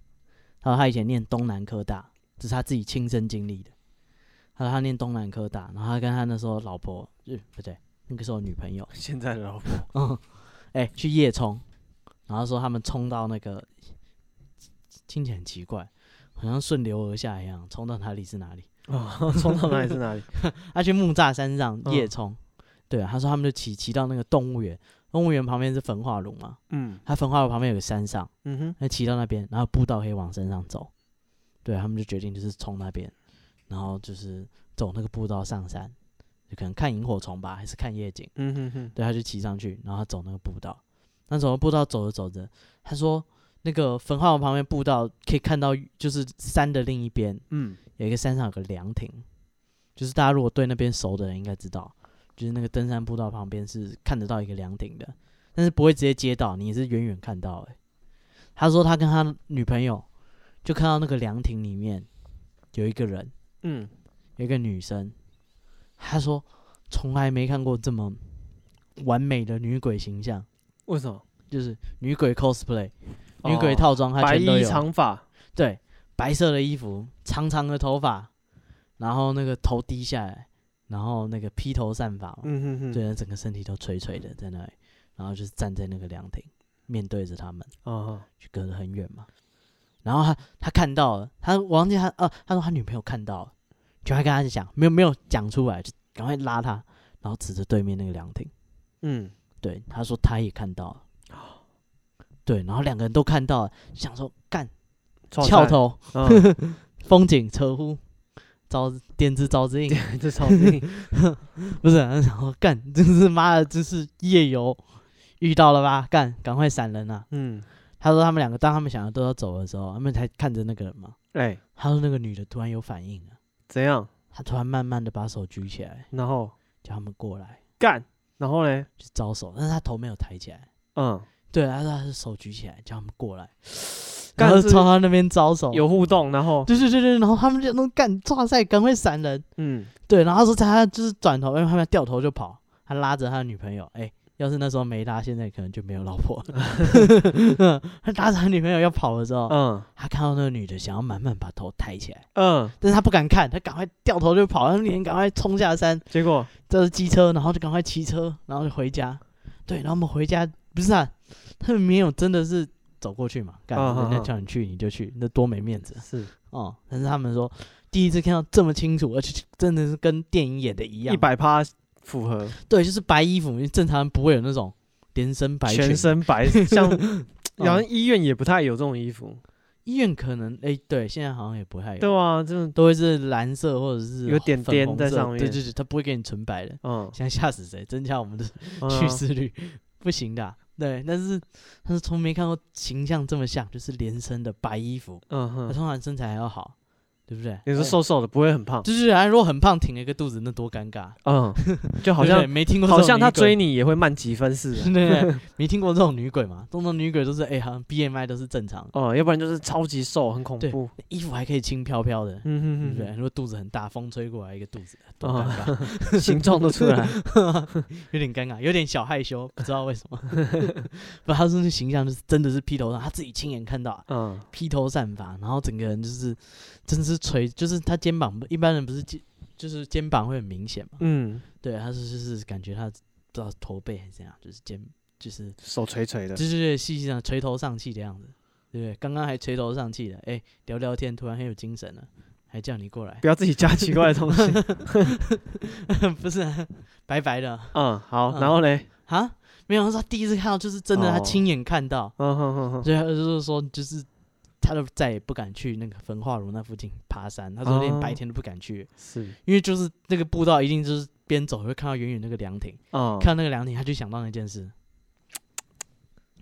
B: 他说他以前念东南科大，这是他自己亲身经历的。他说他念东南科大，然后他跟他那时候老婆，嗯，不对，那个时候女朋友，
A: 现在的老婆
B: 嗯，哎、去夜冲，然后说他们冲到那个，听起来很奇怪，好像顺流而下一样，冲到哪里是哪里。
A: 哦，冲到哪里是哪里，
B: 他去木栅山上
A: 嗯
B: 夜冲，对啊，他说他们就骑骑到那个动物园，动物园旁边是焚化炉嘛，
A: 嗯
B: 他焚化炉旁边有个山上，
A: 嗯哼。
B: 他骑到那边，然后步道可以往山上走，对啊他们就决定就是冲那边，然后就是走那个步道上山，就可能看萤火虫吧，还是看夜景。
A: 嗯哼哼，
B: 对，他就骑上去，然后他走那个步道。那走步道走着走着，他说那个焚化炉旁边步道可以看到，就是山的另一边
A: 嗯，
B: 有一个山上有个凉亭，就是大家如果对那边熟的人应该知道，就是那个登山步道旁边是看得到一个凉亭的，但是不会直接接到，你也是远远看到、欸。他说他跟他女朋友就看到那个凉亭里面有一个人，
A: 嗯，
B: 有一个女生，她说从来没看过这么完美的女鬼形象，
A: 为什么？
B: 就是女鬼 cosplay、
A: 哦
B: 女鬼套装，她
A: 白
B: 全都
A: 衣
B: 有。
A: 长发，
B: 对，白色的衣服，长长的头发，然后那个头低下来，然后那个披头散发嘛，
A: 嗯哼哼，
B: 对，整个身体都垂垂的在那里，然后就是站在那个凉亭，面对着他们。
A: 哦，哦，
B: 就隔得很远嘛。然后他他看到了，他忘记他呃，他说他女朋友看到了，就还跟他讲，没有没有讲出来，就赶快拉他，然后指着对面那个凉亭，
A: 嗯，
B: 对，他说他也看到了，对，然后两个人都看到了，就想说干翘
A: 菜，
B: 头
A: 嗯
B: 风景车乎，招电之招之应，
A: 这超 硬，
B: 不是，他想说干， 真是妈的，真是夜游遇到了吧，干，赶快闪人啊！
A: 嗯，
B: 他说他们两个当他们想要都要走的时候，他们才看着那个人嘛，
A: 哎，
B: 他说那个女的突然有反应了，
A: 怎样？
B: 她突然慢慢的把手举起来，
A: 然后
B: 叫他们过来，
A: 干，然后嘞，
B: 就招手，但是她头没有抬起来。
A: 嗯，
B: 对，她说她是手举起来，叫他们过来，然
A: 干
B: 后
A: 是
B: 朝他那边招手。
A: 有互动，然后，
B: 对对对对，然后他们就那种干，抓赛，赶快闪人。
A: 嗯，
B: 对，然后他说他就是转头，因为他们掉头就跑，他拉着他的女朋友，哎、要是那时候没拉，现在可能就没有老婆。他拉着他女朋友要跑的时候，
A: 嗯
B: 他看到那个女的想要慢慢把头抬起来，
A: 嗯，
B: 但是他不敢看，他赶快掉头就跑，他连赶快冲下山，
A: 结果
B: 这是机车，然后就赶快骑车，然后就回家。对，然后我们回家不是啊，他们没有真的是走过去嘛，干、
A: 嗯嗯
B: 人家
A: 嗯
B: 叫你去你就去，那多没面子
A: 是
B: 哦、但是他们说第一次看到这么清楚，而且真的是跟电影演的一样，
A: 一百趴符合，
B: 对，就是白衣服，因为正常人不会有那种连身白裙
A: 全身 白，像
B: 嗯
A: 好像医院也不太有这种衣服，
B: 医院可能哎、对，现在好像也不太有，
A: 对啊，这种
B: 都会是蓝色或者是
A: 有点
B: 粉
A: 点
B: 红
A: 在
B: 色
A: 上
B: 对
A: 面
B: 对对，他不会给你纯白的，
A: 嗯，
B: 想吓死谁？增加我们的
A: 嗯
B: 去世 率，不行的啊、对，但是他是从没看过形象这么像，就是连身的白衣服，
A: 嗯
B: 他
A: 哼，
B: 通常身材还要好，对不对？
A: 你是瘦瘦的，不会很 胖，
B: 就是啊，如果很胖挺了一个肚子，那多尴尬。
A: 嗯，就好
B: 对不
A: 像
B: 对没听过这
A: 好
B: 种女鬼，
A: 像他追 你也会慢几分似的，
B: 对对对没听过这种女鬼嘛？通常女鬼都是哎，好像 BMI 都是正常，
A: 哦，要不然就是超级瘦，很恐
B: 对
A: 怖，
B: 衣服还可以轻飘飘的。对
A: 嗯哼
B: 不对？
A: 哼
B: 如果肚子很大，风吹过来一个肚 子，多尴
A: 哦
B: 尬，
A: 哼，形状都出来，
B: 有点尴尬，有点小害羞，不知道为什么。 不，他说那形象就是真的是披头散，他自己亲眼看到， 啊
A: 嗯
B: 披头散发，然后整个人就是真是垂，就是他肩膀不一般人不是肩就是肩膀会很明显嘛，
A: 嗯，
B: 对，他是就是感觉他不知道驼背还是怎样，就是肩就是
A: 手垂垂的
B: 就，是细细上垂头丧气的样子，对不对？刚刚还垂头丧气的，哎、聊聊天突然很有精神了，还叫你过来，
A: 不要自己 加奇怪的东西，
B: 不是、啊、白白的
A: 嗯，好，
B: 嗯
A: 然后嘞，
B: 啊？没有，他说他第一次看到就是真的，他
A: 哦
B: 亲眼看到，
A: 嗯哼哼哼，
B: 所以他就是说就是。他都再也不敢去那个焚化炉那附近爬山，他说连白
A: 哦
B: 天都不敢去，
A: 是，
B: 因为就是那个步道一定就是边走会看到远远那个凉亭，
A: 嗯，
B: 看到那个凉亭，他就想到那件事。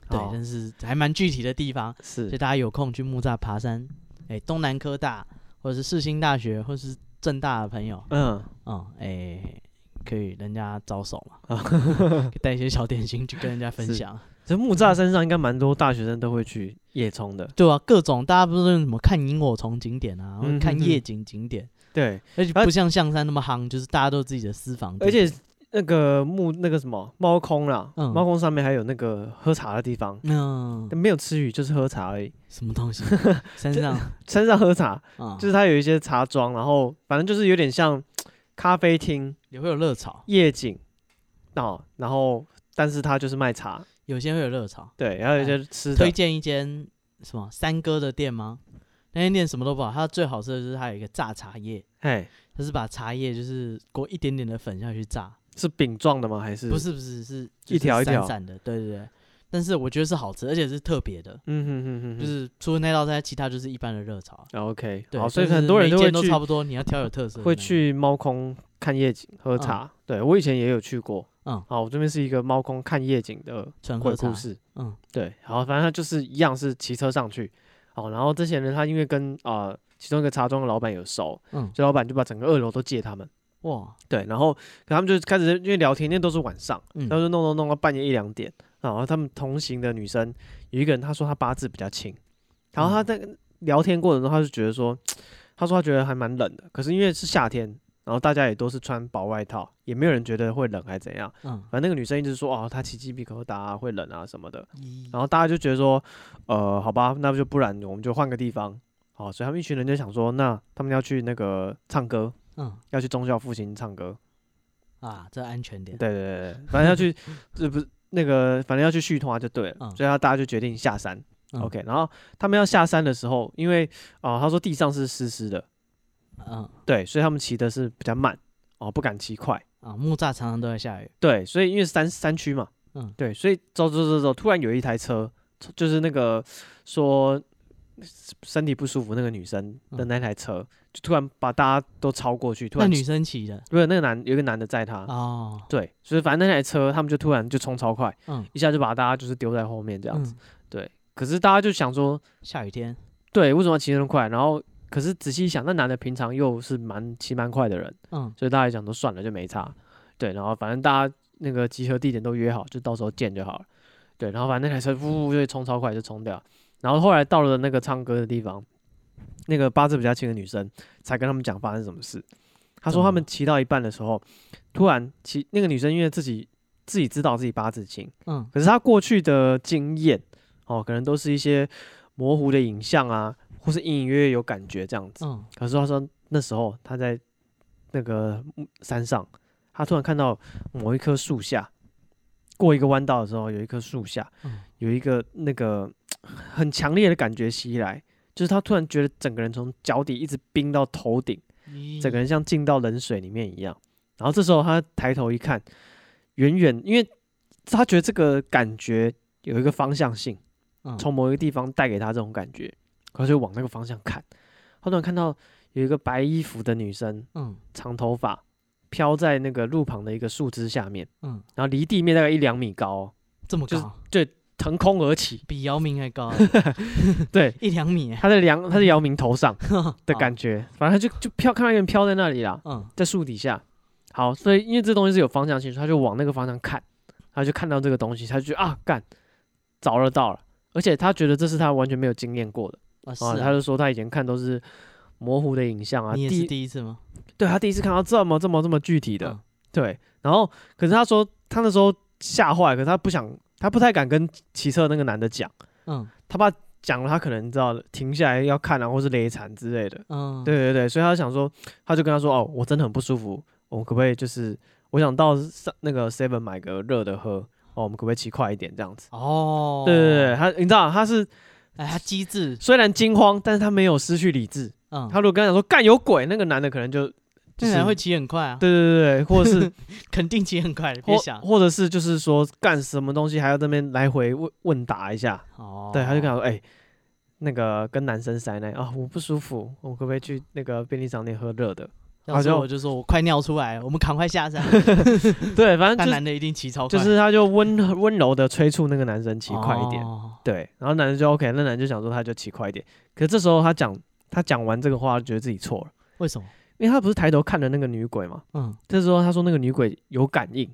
B: 对，
A: 好
B: 但是还蛮具体的地方，所以
A: 是，
B: 大家有空去木栅爬山，哎、东南科大或者是世新大学或是正大的朋友，
A: 嗯，
B: 嗯，哎、可以人家招手嘛，可 以带一些小点心去跟人家
A: 啊
B: 分
A: 是
B: 享。
A: 这木栅山上应该蛮多大学生都会去夜冲的，
B: 对啊，各种大家不是那什么看萤火虫景点啊，或者
A: 嗯
B: 看
A: 哼哼
B: 夜景景点，
A: 对，
B: 而且
A: 啊
B: 不像象山那么夯，就是大家都有自己的私房地。
A: 而且那个木那个什么猫空啦，
B: 嗯
A: 猫空上面还有那个喝茶的地方，
B: 嗯，
A: 没有吃鱼就是喝茶而已，
B: 什 么东西？山上
A: 山上喝茶
B: 啊，
A: 就是它有一些茶庄，然后反正就是有点像咖啡厅
B: 也会有热潮，
A: 夜景哦，然后但是它就是卖茶，
B: 有些会有热潮。
A: 对，然后有一些吃的
B: 哎推，荐一间什么三哥的店吗？那间店什么都不好，它最好吃的就是它有一个榨茶叶，
A: 哎，
B: 它是把茶叶就是裹一点点的粉下去榨，
A: 是饼状的吗？还是
B: 不？是不是是就是
A: 一条一条
B: 散散的，对对对。但是我觉得是好吃，而且是特别的，
A: 嗯哼哼哼哼，
B: 就是除了那道菜，其他就是一般的热潮。
A: 啊 OK，
B: 对，
A: 好，
B: 就
A: 所以
B: 是
A: 很多人都
B: 每一
A: 会
B: 间都
A: 去
B: 差不多，你要挑有特色的那种。
A: 会去猫空看夜景、喝
B: 嗯
A: 茶。对我以前也有去过。
B: 嗯
A: 好，我这边是一个猫空看夜景的
B: 纯
A: 鬼
B: 喝茶
A: 故，事。
B: 嗯，
A: 对，然后反正他就是一样是骑车上去。哦，然后这些人他因为跟啊、呃其中一个茶庄的老板有熟，
B: 嗯
A: 所以老板就把整个二楼都借他们。
B: 哇，
A: 对，然后可他们就开始因为聊天，那都是晚上，
B: 嗯
A: 然后就弄弄弄到半夜一两点。然后他们同行的女生有一个人，她说她八字比较轻，然后她
B: 嗯
A: 在聊天过程中，她就觉得说，她说她觉得还蛮冷的，可是因为是夏天，然后大家也都是穿薄外套，也没有人觉得会冷还怎样。
B: 嗯，
A: 反正那个女生一直说，哦，她起鸡皮疙瘩、啊、会冷啊什么的。
B: 一
A: 然后大家就觉得说，呃，好吧，那就不然我们就换个地方。好，所以他们一群人就想说，那他们要去那个唱歌，
B: 嗯
A: 要去忠孝复兴唱歌。
B: 啊，这安全点，
A: 对对对，对，反正要 去，这不是那个，反正要去续通啊就对了。
B: 嗯
A: 所以他大家就决定下山。
B: 嗯
A: OK，然后他们要下山的时候，因为啊、呃他说地上是湿湿的，
B: 嗯
A: 对，所以他们骑的是比较慢哦，不敢骑快。
B: 啊，木栅常常都在下雨，
A: 对，所以因为是山山区嘛，
B: 嗯
A: 对，所以走走走走，突然有一台车，就是那个说身体不舒服那个女生的
B: 嗯
A: 那台车，就突然把大家都超过去，突
B: 那
A: 然啊
B: 女生骑的
A: 不是那个男有一个男的载她，
B: 哦，
A: 对，所以反正那台车他们就突然就冲超快，
B: 嗯
A: 一下就把大家就是丢在后面这样子。
B: 嗯
A: 对，可是大家就想说，
B: 下雨天，
A: 对，为什么要骑那么快？然后可是仔细一想，那男的平常又是蛮骑蛮快的人，
B: 嗯
A: 所以大家也想说算了，就没差。对，然后反正大家那个集合地点都约好，就到时候见就好了。对，然后反正那台车呜呜就冲超快就冲掉，然后后来到了那个唱歌的地方，那个八字比较轻的女生才跟他们讲发生什么事。她说他们骑到一半的时候，突然骑那个女生因为自己自己知道自己八字轻，
B: 嗯
A: 可是他过去的经验哦，可能都是一些模糊的影像啊，或是隐隐约约有感觉这样子。
B: 嗯
A: 可是他说那时候他在那个山上，他突然看到某一棵树下，过一个弯道的时候，有一棵树下
B: 嗯
A: 有一个那个很强烈的感觉袭来，就是他突然觉得整个人从脚底一直冰到头顶，
B: 咦
A: 整个人像浸到冷水里面一样。然后这时候他抬头一看，远远因为他觉得这个感觉有一个方向性。
B: 嗯
A: 从某一个地方带给他这种感觉，他就往那个方向看。他突然看到有一个白衣服的女生，
B: 嗯
A: 长头发，飘在那个路旁的一个树枝下面，
B: 嗯
A: 然后离地面大概一两米高、哦，
B: 这么
A: 就是
B: 高，。
A: 腾空而起
B: 比姚明还高，
A: 对，
B: 一两米欸
A: 他在梁，他在姚明头上的
B: 好
A: 感觉，反正他就就飘，看到一个人飘在那里啦，
B: 嗯
A: 在树底下。好，所以因为这东西是有方向性，所以他就往那个方向看，他就看到这个东西，他就觉得啊，干，着了到了，而且他觉得这是他完全没有经验过的。
B: 啊是
A: 啊，
B: 啊
A: 他就说他以前看都是模糊的影像啊，
B: 你也是
A: 第
B: 第一次吗？
A: 对他第一次看到这么这么这么具体的，
B: 嗯
A: 对，然后可是他说他那时候吓坏，可是他不想，他不太敢跟骑车那个男的讲，
B: 嗯
A: 他怕讲了他可能你知道停下来要看啊，或是累惨之类的，
B: 嗯，
A: 对对对，所以他想说，他就跟他说哦，我真的很不舒服，我们可不可以就是我想到上那个 seven 买个热的喝，哦，我们可不可以骑快一点这样子？
B: 哦，
A: 对对对，，他你知道他是
B: 哎，他机智，
A: 虽然惊慌，但是他没有失去理智。
B: 嗯，
A: 他如果跟他讲说干有鬼，那个男的可能就就
B: 竟
A: 是
B: 然会骑很快啊，
A: 对对对对，或者 是
B: 肯定骑很快，别想
A: 或或者是就是说干什么东西还要这边来回问问答一下，
B: 哦，
A: 对，他就跟他说哎、那个跟男生塞奶啊，我不舒服，我可不可以去那个便利商店喝热 的？
B: 要是
A: 好像
B: 我就说我快尿出来了，我们赶快 下山。
A: 对，反正
B: 但
A: 就是
B: 男的一定骑超
A: 就
B: 快，
A: 是他就温温柔的催促那个男生骑快一点，
B: 哦
A: 对，然后男生就 OK，那男生就想说他就骑快一点，可是这时候他讲他讲完这个话，觉得自己错了，
B: 为什么？
A: 因为他不是抬头看了那个女鬼吗？
B: 嗯
A: 这时候他说那个女鬼有感应，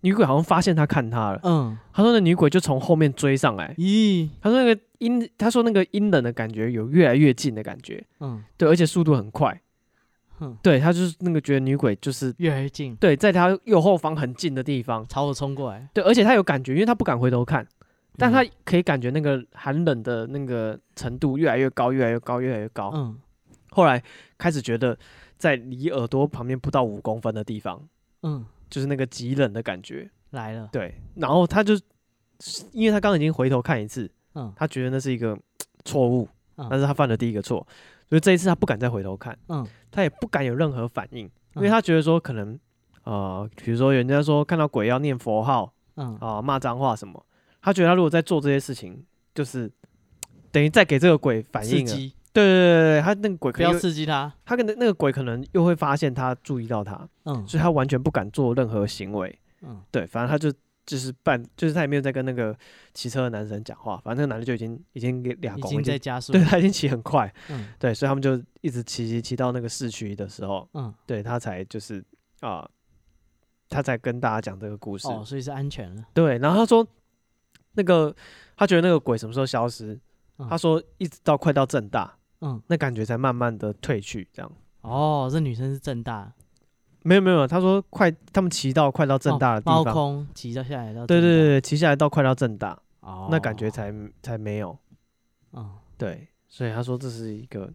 A: 女鬼好像发现他看他了。
B: 嗯，
A: 他说那女鬼就从后面追上来。
B: 咦，
A: 他说那个阴，他说那个阴冷的感觉有越来越近的感觉，
B: 嗯
A: 对，而且速度很快。
B: 哼，
A: 对他就是那个觉得女鬼就是
B: 越来越近，
A: 对，在他右后方很近的地方，
B: 朝我冲过来，
A: 对，而且他有感觉，因为他不敢回头看，但他
B: 嗯
A: 可以感觉那个寒冷的那个程度越来越高，越来越高，越来越高。
B: 嗯
A: 后来开始觉得在离耳朵旁边不到五公分的地方，
B: 嗯
A: 就是那个极冷的感觉。
B: 来了，
A: 对，然后他就因为他刚刚已经回头看一次，
B: 嗯
A: 他觉得那是一个错误，
B: 嗯
A: 那是他犯的第一个错，所以这一次他不敢再回头看，
B: 嗯
A: 他也不敢有任何反应，因为他觉得说可能呃，比如说人家说看到鬼要念佛号
B: 嗯
A: 啊、骂脏话什么，他觉得他如果在做这些事情，就是等于在给这个鬼反
B: 刺
A: 应了。
B: 激，
A: 对对对对，他那个鬼
B: 不
A: 可
B: 要
A: 能又
B: 刺激他，
A: 他可能那个鬼可能又会发现他注意到他，
B: 嗯
A: 所以他完全不敢做任何行为。
B: 嗯
A: 对，反正他就就是办，就是他也没有在跟那个骑车的男生讲话，反正那个男的就已经已经给俩
B: 已
A: 公
B: 经
A: 已
B: 在
A: 经
B: 加速，
A: 对他已经骑很快，
B: 嗯
A: 对，所以他们就一直骑骑骑到那个市区的时候，
B: 嗯，
A: 对他才就是啊、他才跟大家讲这个故事。
B: 哦，所以是安全了，
A: 对，然后他说那个他觉得那个鬼什么时候消失，
B: 嗯
A: 他说一直到快到正大，
B: 嗯，
A: 那感觉才慢慢的退去，这样。
B: 哦，这女生是正大，
A: 没有没有，他说快，他们骑到快到正大的地
B: 猫
A: 方，
B: 空骑到下来到，
A: 对对对，对，骑下来到快到正大，
B: 哦，
A: 那感觉，才才没有。啊
B: 嗯，
A: 对，所以他说这是一个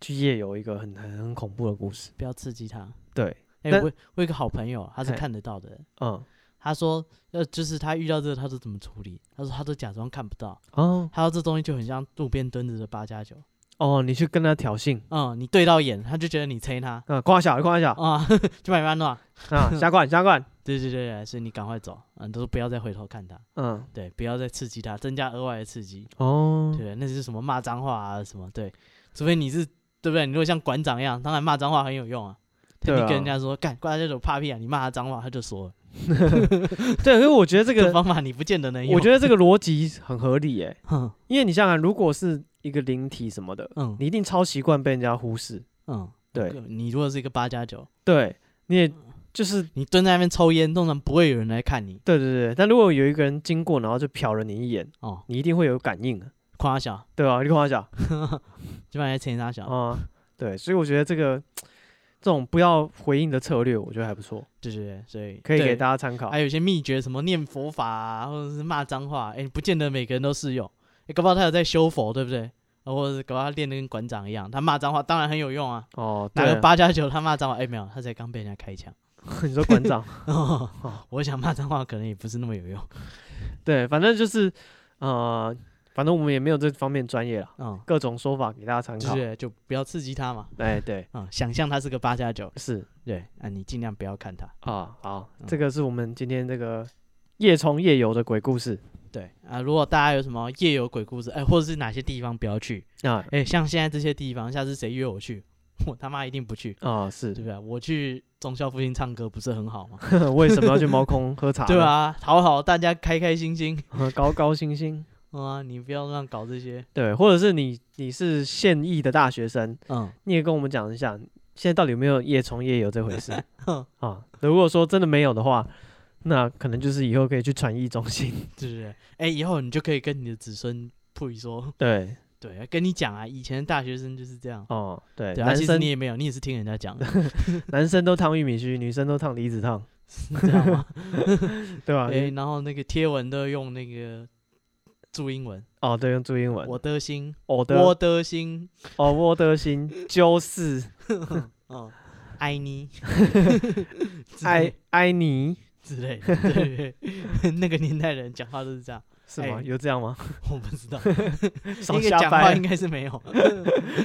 A: 去夜游一个很很很恐怖的故事。
B: 不要刺激他。
A: 对，
B: 哎、
A: 但
B: 我我有一个好朋友，他是
A: 嘿
B: 看得到的人。
A: 嗯，
B: 他说，呃，就是他遇到这个，他都怎么处理？他说他都假装看不到。
A: 哦
B: 他说这东西就很像路边蹲着的八加九。
A: 哦，你去跟他挑衅，
B: 嗯，你对到眼，他就觉得你催他
A: 啊，挂小，挂小，
B: 啊， 就把你乱乱。
A: 啊， 下灌，下灌，
B: 对对对对，所以你赶快走，嗯，都不要再回头看他，
A: 嗯，
B: 对，不要再刺激他，增加额外的刺激。
A: 哦，
B: 对，那是什么骂脏话啊什么？对，除非你是对不对？你如果像馆长一样，当然骂脏话很有用啊。
A: 对
B: 你跟人
A: 啊
B: 家说干，挂家九怕屁啊，你骂他脏话，他就说了。
A: 对，因为我觉得这
B: 这个
A: 个，
B: 方法你不见得能用。
A: 我觉得这个逻辑很合理诶，
B: 哼
A: 因为你想想，如果是一个灵体什么的，
B: 嗯
A: 你一定超习惯被人家忽视，
B: 嗯，
A: 对
B: 个你如果是一个八加九，
A: 对，你也就是。
B: 你蹲在那边抽烟，通常不会有人来看你
A: 对对对，但如果有一个人经过，然后就瞟了你一眼，
B: 哦，
A: 你一定会有感应的，
B: 夸小，
A: 对吧、你跟我讲，哦
B: 就把人家前他小，
A: 啊、对，所以我觉得这个
C: 这种不要回应的策略，我觉得还不错，
B: 对对对，所以
C: 可以
B: 对哎
C: 给大家参考
B: 还。有一些秘诀，什么念佛法啊，或者是骂脏话，哎、不见得每个人都适用。哎、搞不好他有在修佛，对不对？啊或者是搞不好他练的跟馆长一样，他骂脏话当然很有用啊。
A: 哦，
B: 打
A: 对
B: 个
A: 啊，
B: 八加九，他骂脏话，哎、没有，他才刚被人家开枪。
A: 你说馆长，
B: 我想骂脏话可能也不是那么有用。
A: 对，反正就是，呃，反正我们也没有这方面专业了，
B: 嗯，
A: 各种说法给大家参
B: 就
A: 考。
B: 是就不要刺激他嘛。
A: 哎，对，
B: 嗯，想象他是个八加九，
A: 是
B: 对，啊，你尽量不要看他。
A: 啊，好，
B: 嗯
A: 这个是我们今天这个夜冲夜游的鬼故事
B: 对啊，如果大家有什么夜游鬼故事，哎、或者是哪些地方不要去，
A: 啊
B: 哎、像现在这些地方，下次谁约我去， 我他妈一定不去。
A: 啊，是
B: 对不对？我去中校附近唱歌不是很好吗？
A: 为什么要去猫空喝茶？
B: 对，啊，讨好大家，开开心心
A: 高高兴兴。
B: 嗯啊！你不要乱搞这些。
A: 对，或者是你你是现役的大学生，
B: 嗯，
A: 你也跟我们讲一下，现在到底有没有夜冲夜游这回 事
B: 哼
A: 啊？如果说真的没有的话，那可能就是以后可以去传艺中心。
B: 对不对？哎，以后你就可以跟你的子孙铺一说，
A: 对，
B: 对，跟你讲啊，以前的大学生就是这样。
A: 哦，对，
B: 对啊，
A: 男
B: 其实
A: 生
B: 你也没有，你也是听人家讲的，
A: 男生都烫玉米须，女生都烫离子烫，
B: 是这样 吗？
A: 对吧？
B: 哎，然后那个贴文都用那个注英文，
A: 哦，对，用注英文，
B: 我的心，
A: 我的
B: 我的心，
A: 哦，我的 心就是
B: 嗯，爱 你，之
A: 爱
B: 类
A: 爱你，
B: 之类的，对对 对，那个年代人讲话都是这样。
A: 是吗？
B: 哎
A: 有这样吗？
B: 我不知道，
A: 少
B: 应该
A: 瞎
B: 讲话
A: 掰
B: 应，该是没有，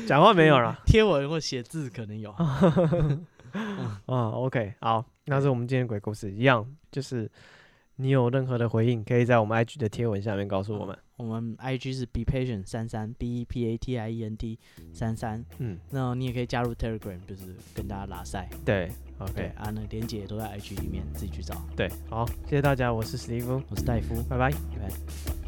A: 讲话没有啦。
B: 贴文或写字可能有。
A: 啊、o k 好，那是我们今天的鬼故事，一样就是你有任何的回应，可以在我们 IG 的贴文下面告诉我们。
B: 我们 I G 是 be patient 三三 b e p a t i e n t 三三，
A: 嗯，
B: 那你也可以加入 Telegram，就是跟大家拉塞。
A: 对
B: 对
A: ，OK，
B: 啊，那连接也都在 I G 里面，自己去找。
A: 对，好，谢谢大家，我是史蒂夫，
B: 我是戴夫，
A: 拜拜。
B: 拜拜。